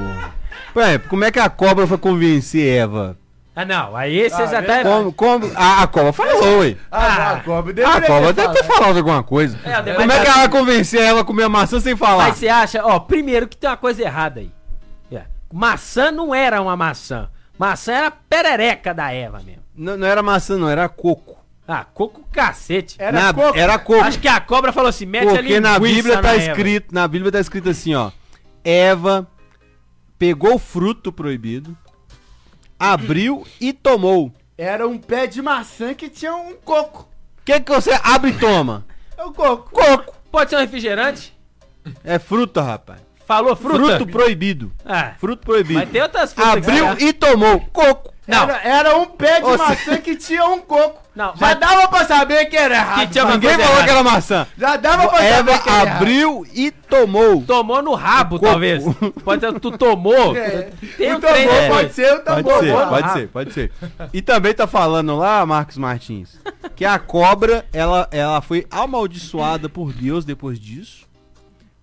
Ué, como é que a cobra foi convencer Eva?
Ah, não, aí você
é
já tá...
Como, como... Ah, a cobra falou, ué.
Ah, a cobra
A cobra deve ter falado alguma coisa.
Helder,
Como
mas
é que
tá-
ela vai convencer ela a comer maçã sem falar?
Mas você acha, ó, primeiro que tem uma coisa errada aí. É, Maçã não era uma maçã. Maçã era a perereca da Eva mesmo.
Não, não era maçã, não, era coco.
Ah, coco cacete.
Era Na- coco. era É coco.
Acho que a cobra falou assim, mete ali
Porque na
né,
Bíblia tá escrito, na Bíblia tá escrito assim, ó. Eva pegou o fruto proibido, abriu e tomou.
Era um pé de maçã que tinha um coco.
O que que você abre e toma?
É o coco.
Coco.
Pode ser um refrigerante?
É fruta, rapaz.
Falou fruta?
Fruto proibido.
Ah,
Fruto proibido.
mas tem outras frutas que
Abriu
você-
e tomou coco.
Não.
Era, era um pé de
Ou seja-
maçã que tinha um coco.
Não,
Já dava pra saber que era errado.
tinha uma
Ninguém
coisa
falou
errada.
que era maçã.
Já dava pra
Eva
saber que era errado.
abriu e tomou.
Tomou no rabo, talvez. Pode ser, tu tomou.
É.
Tem
O
um trem
tambor
depois.
pode ser o tambor.
Pode ser, pode ser, pode ser. E também tá falando lá, Marcos Martins, que a cobra, ela, ela foi amaldiçoada por Deus depois disso,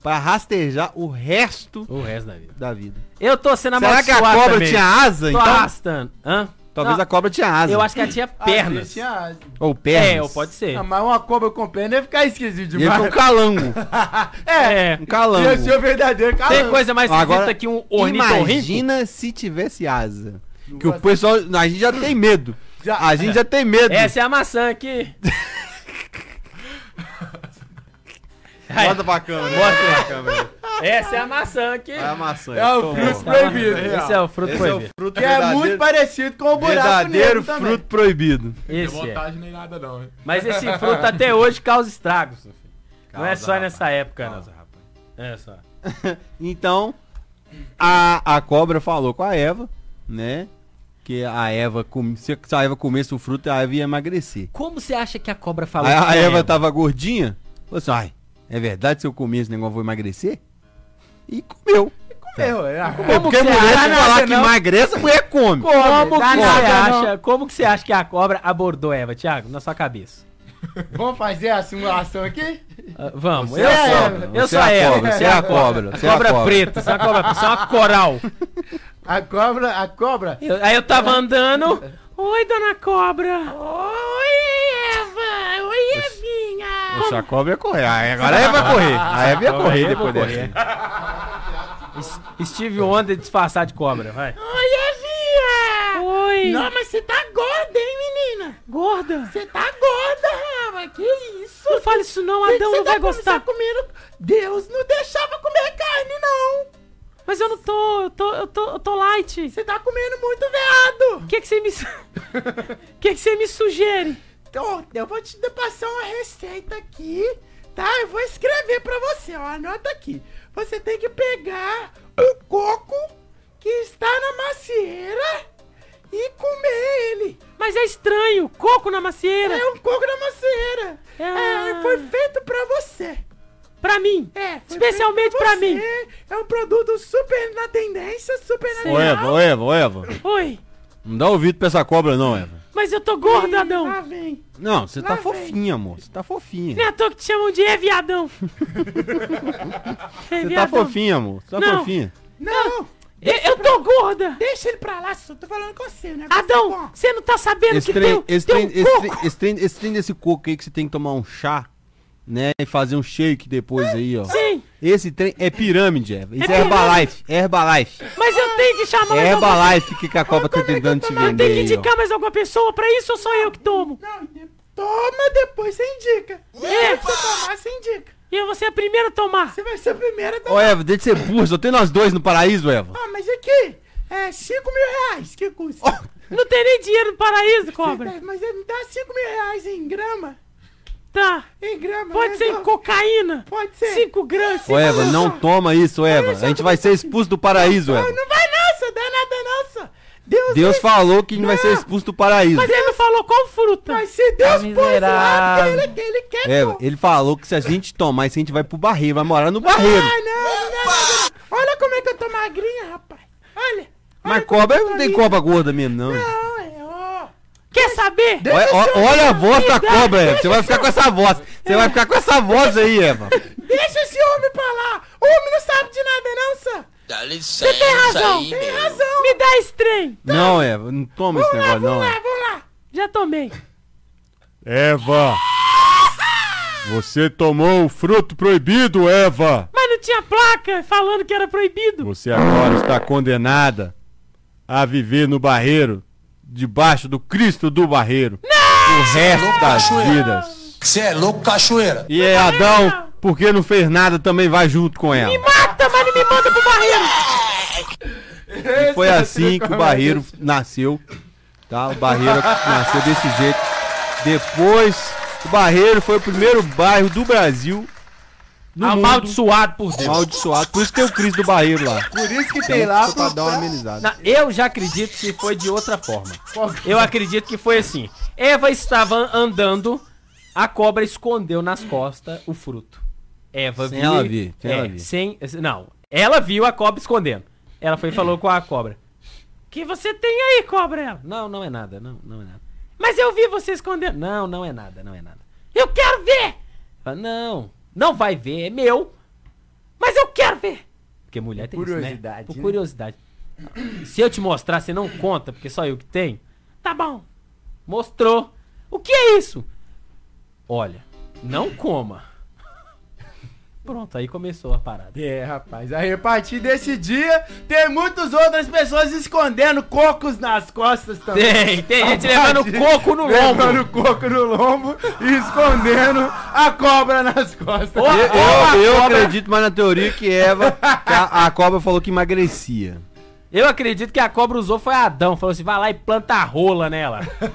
pra rastejar o resto
O resto da vida.
da vida.
Eu tô sendo
Será
amaldiçoado
que a cobra
também.
tinha asa,
Tô
então?
arrastando. Hã?
Talvez
Não,
a cobra tinha asa.
Eu acho que ela
Ah,
tinha
Às vezes
pernas.
tinha asa.
Ou pernas.
É, ou pode ser.
Ah, mas uma cobra com perna ia ficar esquisito
E ele
demais.
foi um calango.
É,
É.
Um
ia
calango.
ser o verdadeiro calor.
Tem coisa mais esquisita que um ornitorrinco?
imagina se tivesse asa. Que
vai-
o pessoal, a gente já tem medo.
Já-
a gente já tem medo.
Essa é a maçã aqui. Aí,
Bota pra câmera. Bota pra câmera.
Essa é a maçã aqui.
Vai a maçã.
É o
Toma.
fruto proibido.
Esse é o fruto
Esse é o
proibido.
fruto
Que é muito parecido com o buraco
Verdadeiro
negro também.
fruto proibido.
Esse
Não tem
é.
vontade nem nada, não. hein?
Mas esse fruto até hoje causa estragos. meu filho. não é
Causa,
só
rapaz.
nessa época,
Causa,
não. É só.
Então, a, a cobra falou com a Eva, né? Que a Eva, come- se se a Eva comesse o fruto, a Eva ia emagrecer.
Como você acha que a cobra
A,
falou?
a
com a
Eva tá tava gordinha, falou assim, ai, é verdade se eu comer esse negócio eu vou emagrecer? E comeu.
Meu, é
né?
a-
Pô, porque
que
mulher,
você
se
acha,
falar que
não?
emagrece, a mulher come.
Como que
Dá
você
nada, não.
acha? Como que você acha que a cobra abordou Eva, Thiago? Na sua cabeça.
Vamos fazer a simulação aqui?
Ah, vamos.
Você
eu
é a
sou,
cobra,
eu
você
sou
é a
a Eva.
cobra,
você é a cobra.
você é a cobra.
preta, você é uma cobra, você é uma coral.
A cobra, a cobra.
Eu- aí eu tava andando. Oi, dona cobra. Oi, Eva. Oi, Evinha.
Poxa, a cobra ia correr. Aí Agora a Eva ia correr. A Eva ia correr depois dessa.
Steve Wonder disfarçado de cobra, vai.
Oi, Evia!
Oi.
Não, mas você tá gorda, hein, menina?
Gorda.
Você tá gorda, Rava, Ah, que isso?
Não fala isso não,
Por que
Adão
que
não
você
vai
tá começando a
gostar.
Comer... Deus não deixava comer carne, não.
Mas eu não tô, eu tô, eu tô, eu tô light.
Você tá comendo muito veado.
O que que você me su- que que você me sugere?
Então, eu vou te dar- passar uma receita aqui, tá? Eu vou escrever pra você, ó, anota aqui. Você tem que pegar o coco que está na macieira e comer ele.
Mas é estranho, coco na macieira.
É um coco na macieira.
Ah.
É, foi feito pra você.
Pra mim.
É, foi
Especialmente
feito
pra
você.
mim.
É um produto super na tendência, super na
Ô é, Eva, ô Eva, ô Eva.
Oi,
Não dá ouvido pra essa cobra não, Eva.
mas eu tô gorda, Adão.
Lá vem.
Ah.
Não, você tá
Lá vem.
fofinha, amor. Você tá fofinha.
Não é É à toa que te chamam de Eviadão.
Você tá fofinha, amor. Você tá
Não.
fofinha.
Não,
Eu, eu tô gorda.
deixa ele pra lá, só tô falando com você, né?
Adão, você não tá sabendo
Esse
que
trem,
tem,
esse
tem
trem,
um
esse
coco.
trem- esse trem- esse trem desse coco aí que você tem que tomar um chá, né? E fazer um shake depois aí, ó.
Sim,
Esse trem é pirâmide, Eva. Isso é,
É
Herbalife. É Herbalife.
mas eu tenho que chamar
É
mais alguma
Herbalife que, que a cobra tá tentando te
Eu tenho que
vender aí, ó.
indicar mais alguma pessoa pra isso ou sou eu que tomo?
Não, toma, depois você indica.
É.
É. Se você tomar, você indica.
E eu vou ser a primeira a tomar.
Você vai ser a primeira da...
Ô, Eva, deixa de ser burro. Só tem nós dois no paraíso, Eva.
Ah, mas aqui, é 5 mil reais que custa. É,
Não tem nem dinheiro no paraíso, cobra.
Mas, mas me dá 5 mil reais em grama. Tá. Em grama. Pode ser em cocaína? Pode ser. 5 gramas.
Ô Eva, não toma isso, Eva. A gente vai ser expulso do paraíso, Eva.
Não vai não, sua danada não, sua. Deus,
Deus falou que a gente vai ser expulso do paraíso.
Mas ele não falou qual fruta. Mas se
Tá
Deus pôs lá, porque ele, ele quer
Eva, É, ele tá falou que se a gente tomar isso, a gente vai pro barreiro, vai morar no barreiro.
Ah, não, não, não, não. Olha como é que eu tô magrinha, rapaz. Olha.
Mas cobra não tem cobra gorda mesmo, não.
Não, é, ó. Quer saber?
Olha, ó- olha a voz da cobra, Eva. Você vai ficar com essa voz. Você vai ficar com essa voz aí, Eva.
Deixa esse homem pra lá. O homem não sabe de nada, não, sir.
Dá licença
Você tem razão.
aí,
tem
meu.
razão. Tá, Me dá esse trem.
Não, Eva, não toma esse negócio, não. Eva.
Já tomei.
Eva! Você tomou o fruto proibido, Eva!
Mas não tinha placa falando que era proibido.
Você agora está condenada a viver no barreiro, debaixo do Cristo do barreiro. O resto das vidas.
Você é louco, cachoeira.
E é Adão, porque não fez nada, também vai junto com ela.
Mata, mas não me manda pro barreiro.
E foi assim que o Barreiro nasceu. Tá? O Barreiro nasceu desse jeito. Depois, o Barreiro foi o primeiro bairro do Brasil. No
Amaldiçoado por Deus.
Amaldiçoado. Por isso tem o Cris do Barreiro lá.
Por isso que
Então,
tem lá
só pra
pro-
dar uma amenizada.
Na- eu já acredito que foi de outra forma. Eu acredito que foi assim. Eva estava andando, a cobra escondeu nas costas o fruto. Eva
Sem
viu.
ela
e-
ver, sem
é,
ela ver.
Sem, não, ela viu a cobra escondendo. Ela foi e falou com a cobra.
que você tem aí, cobra? Ela.
Não, não é nada, não, não é nada.
Mas eu vi você escondendo.
Não, não é nada, não é nada.
Eu quero ver.
Fala, não, não vai ver, é meu.
Mas eu quero ver.
Porque mulher tem isso, né?
curiosidade,
Por
né?
curiosidade. Se eu te mostrar, você não conta, porque só eu que tenho.
Tá bom.
Mostrou. O que é isso? Olha, não coma. Pronto, aí começou a parada.
É, rapaz, aí a partir desse dia tem muitas outras pessoas escondendo cocos nas costas também.
Tem, tem gente
A
levando
partir-
coco no
Levando
lombo.
coco no lombo e escondendo a cobra nas costas.
Eu, eu- eu acredito mais na teoria que Eva, que a, a cobra falou que emagrecia.
Eu acredito que a cobra usou foi Adão. Falou assim, vai lá e planta a rola nela.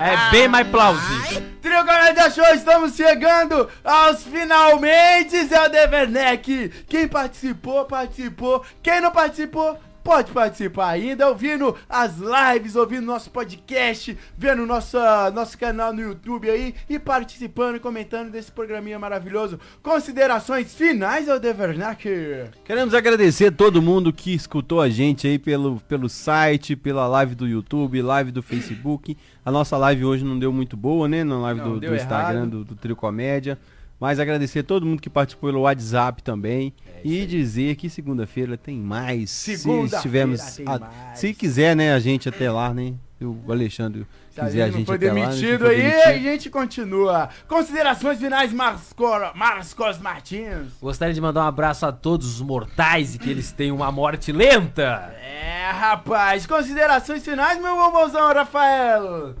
É bem mais plausível.
Trio Comédia Show, estamos chegando aos finalmente, é o Deverneck. Quem participou, participou. Quem não participou, pode participar ainda, ouvindo as lives, ouvindo nosso podcast, vendo nossa, nosso canal no YouTube aí e participando e comentando desse programinha maravilhoso. Considerações finais, ao Deverneck.
Queremos agradecer todo mundo que escutou a gente aí pelo, pelo site, pela live do YouTube, live do Facebook. A nossa live hoje não deu muito boa, né? Na live
Não,
do,
deu
do Instagram,
errado.
do, do Trio Comédia. Mas agradecer todo mundo que participou pelo WhatsApp também. e dizer que segunda-feira tem mais. se
É Segunda-feira
estivermos.
tem
a-
mais.
Se quiser, né, a gente até lá, né? Se o Alexandre
Se
quiser a gente,
Tá não
até
foi
lá, né, se
demitido
for
aí,
demitido.
a gente continua. Considerações finais, Marcos Cora- Marcos Cos Martins.
Gostaria de mandar um abraço a todos os mortais e que eles tenham uma morte lenta.
É, rapaz, considerações finais, meu bombozão Rafael.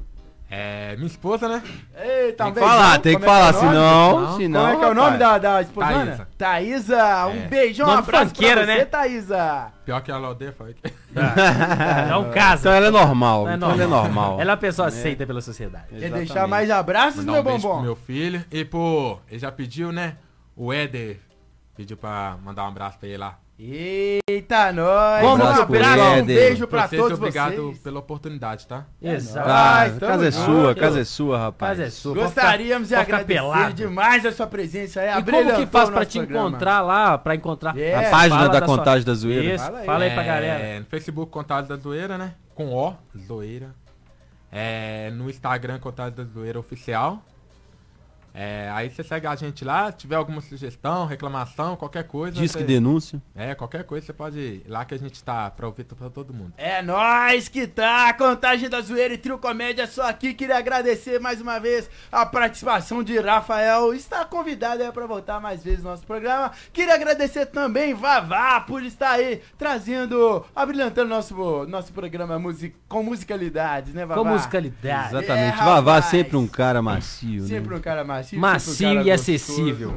É, minha esposa, né? Tem
Eita,
que
um beijão.
falar, tem
Como
que
é é
falar,
o nome?
senão- senão,
Como é que é o nome da,
rapaz.
da esposana? Thaísa. um
É.
beijão, um
Nome
abraço pra
funkeira,
você,
né?
Thaísa.
Pior que ela odeia funk.
É um caso.
Então ela é normal,
Ela é
então
normal.
ela é normal.
Ela é uma pessoa aceita pela sociedade.
Quer deixar mais abraços,
Mandar
meu
um beijo
é bombom?
pro meu filho. E pô, ele já pediu, né? O Éder pediu pra mandar um abraço pra ele lá.
Eita, nós.
Como é, que
um
eu
abraço,
puder,
um beijo pra
Vocês,
todos
obrigado
vocês.
pela oportunidade, tá?
Exato.
Ah,
Nós, tamo
casa é
junto.
sua, casa é sua, rapaz.
Casa é sua.
Gostaríamos de
Vou ficar
agradecer
pelado.
demais a sua presença aí.
E como que
abrilhantou
faz
Ah, o
pra
nosso
te
programa.
encontrar lá, pra encontrar...
É.
A página
Fala
da
sua-
Contagem da Zoeira.
Isso, fala aí, pra
É,
galera.
No Facebook, Contagem da Zoeira, né? Com O, Zoeira. É, no Instagram, Contagem da Zoeira Oficial. É, aí você segue a gente lá, se tiver alguma sugestão, reclamação, qualquer coisa.
Disque
você-
denúncia.
É, qualquer coisa você pode ir lá que a gente tá pra ouvir pra todo mundo.
É nós que tá, contagem da zoeira e trio comédia só aqui. Queria agradecer mais uma vez a participação de Rafael. Está convidado aí pra voltar mais vezes no nosso programa. Queria agradecer também Vavá por estar aí trazendo, abrilhantando nosso, nosso programa music, com musicalidades, né, Vavá?
Com musicalidade.
Exatamente.
É,
Vavá
rapaz.
sempre um cara macio, né?
Sempre um cara macio.
Macio
sempre um cara
e
gostoso.
acessível.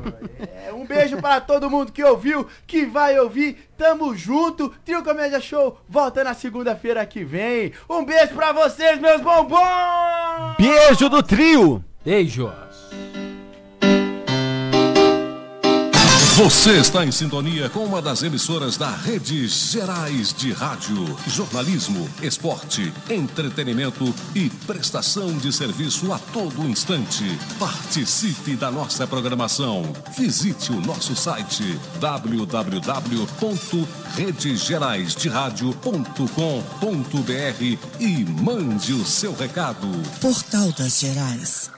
É, um beijo para todo mundo que ouviu, que vai ouvir. Tamo junto. Trio Comédia Show volta na segunda-feira que vem. Um beijo pra vocês, meus bombons!
Beijo do trio!
Beijos!
Você está em sintonia com uma das emissoras da Rede Gerais de Rádio. Jornalismo, esporte, entretenimento e prestação de serviço a todo instante. Participe da nossa programação. Visite o nosso site www.redegeraisderadio.com.br e mande o seu recado.
Portal das Gerais.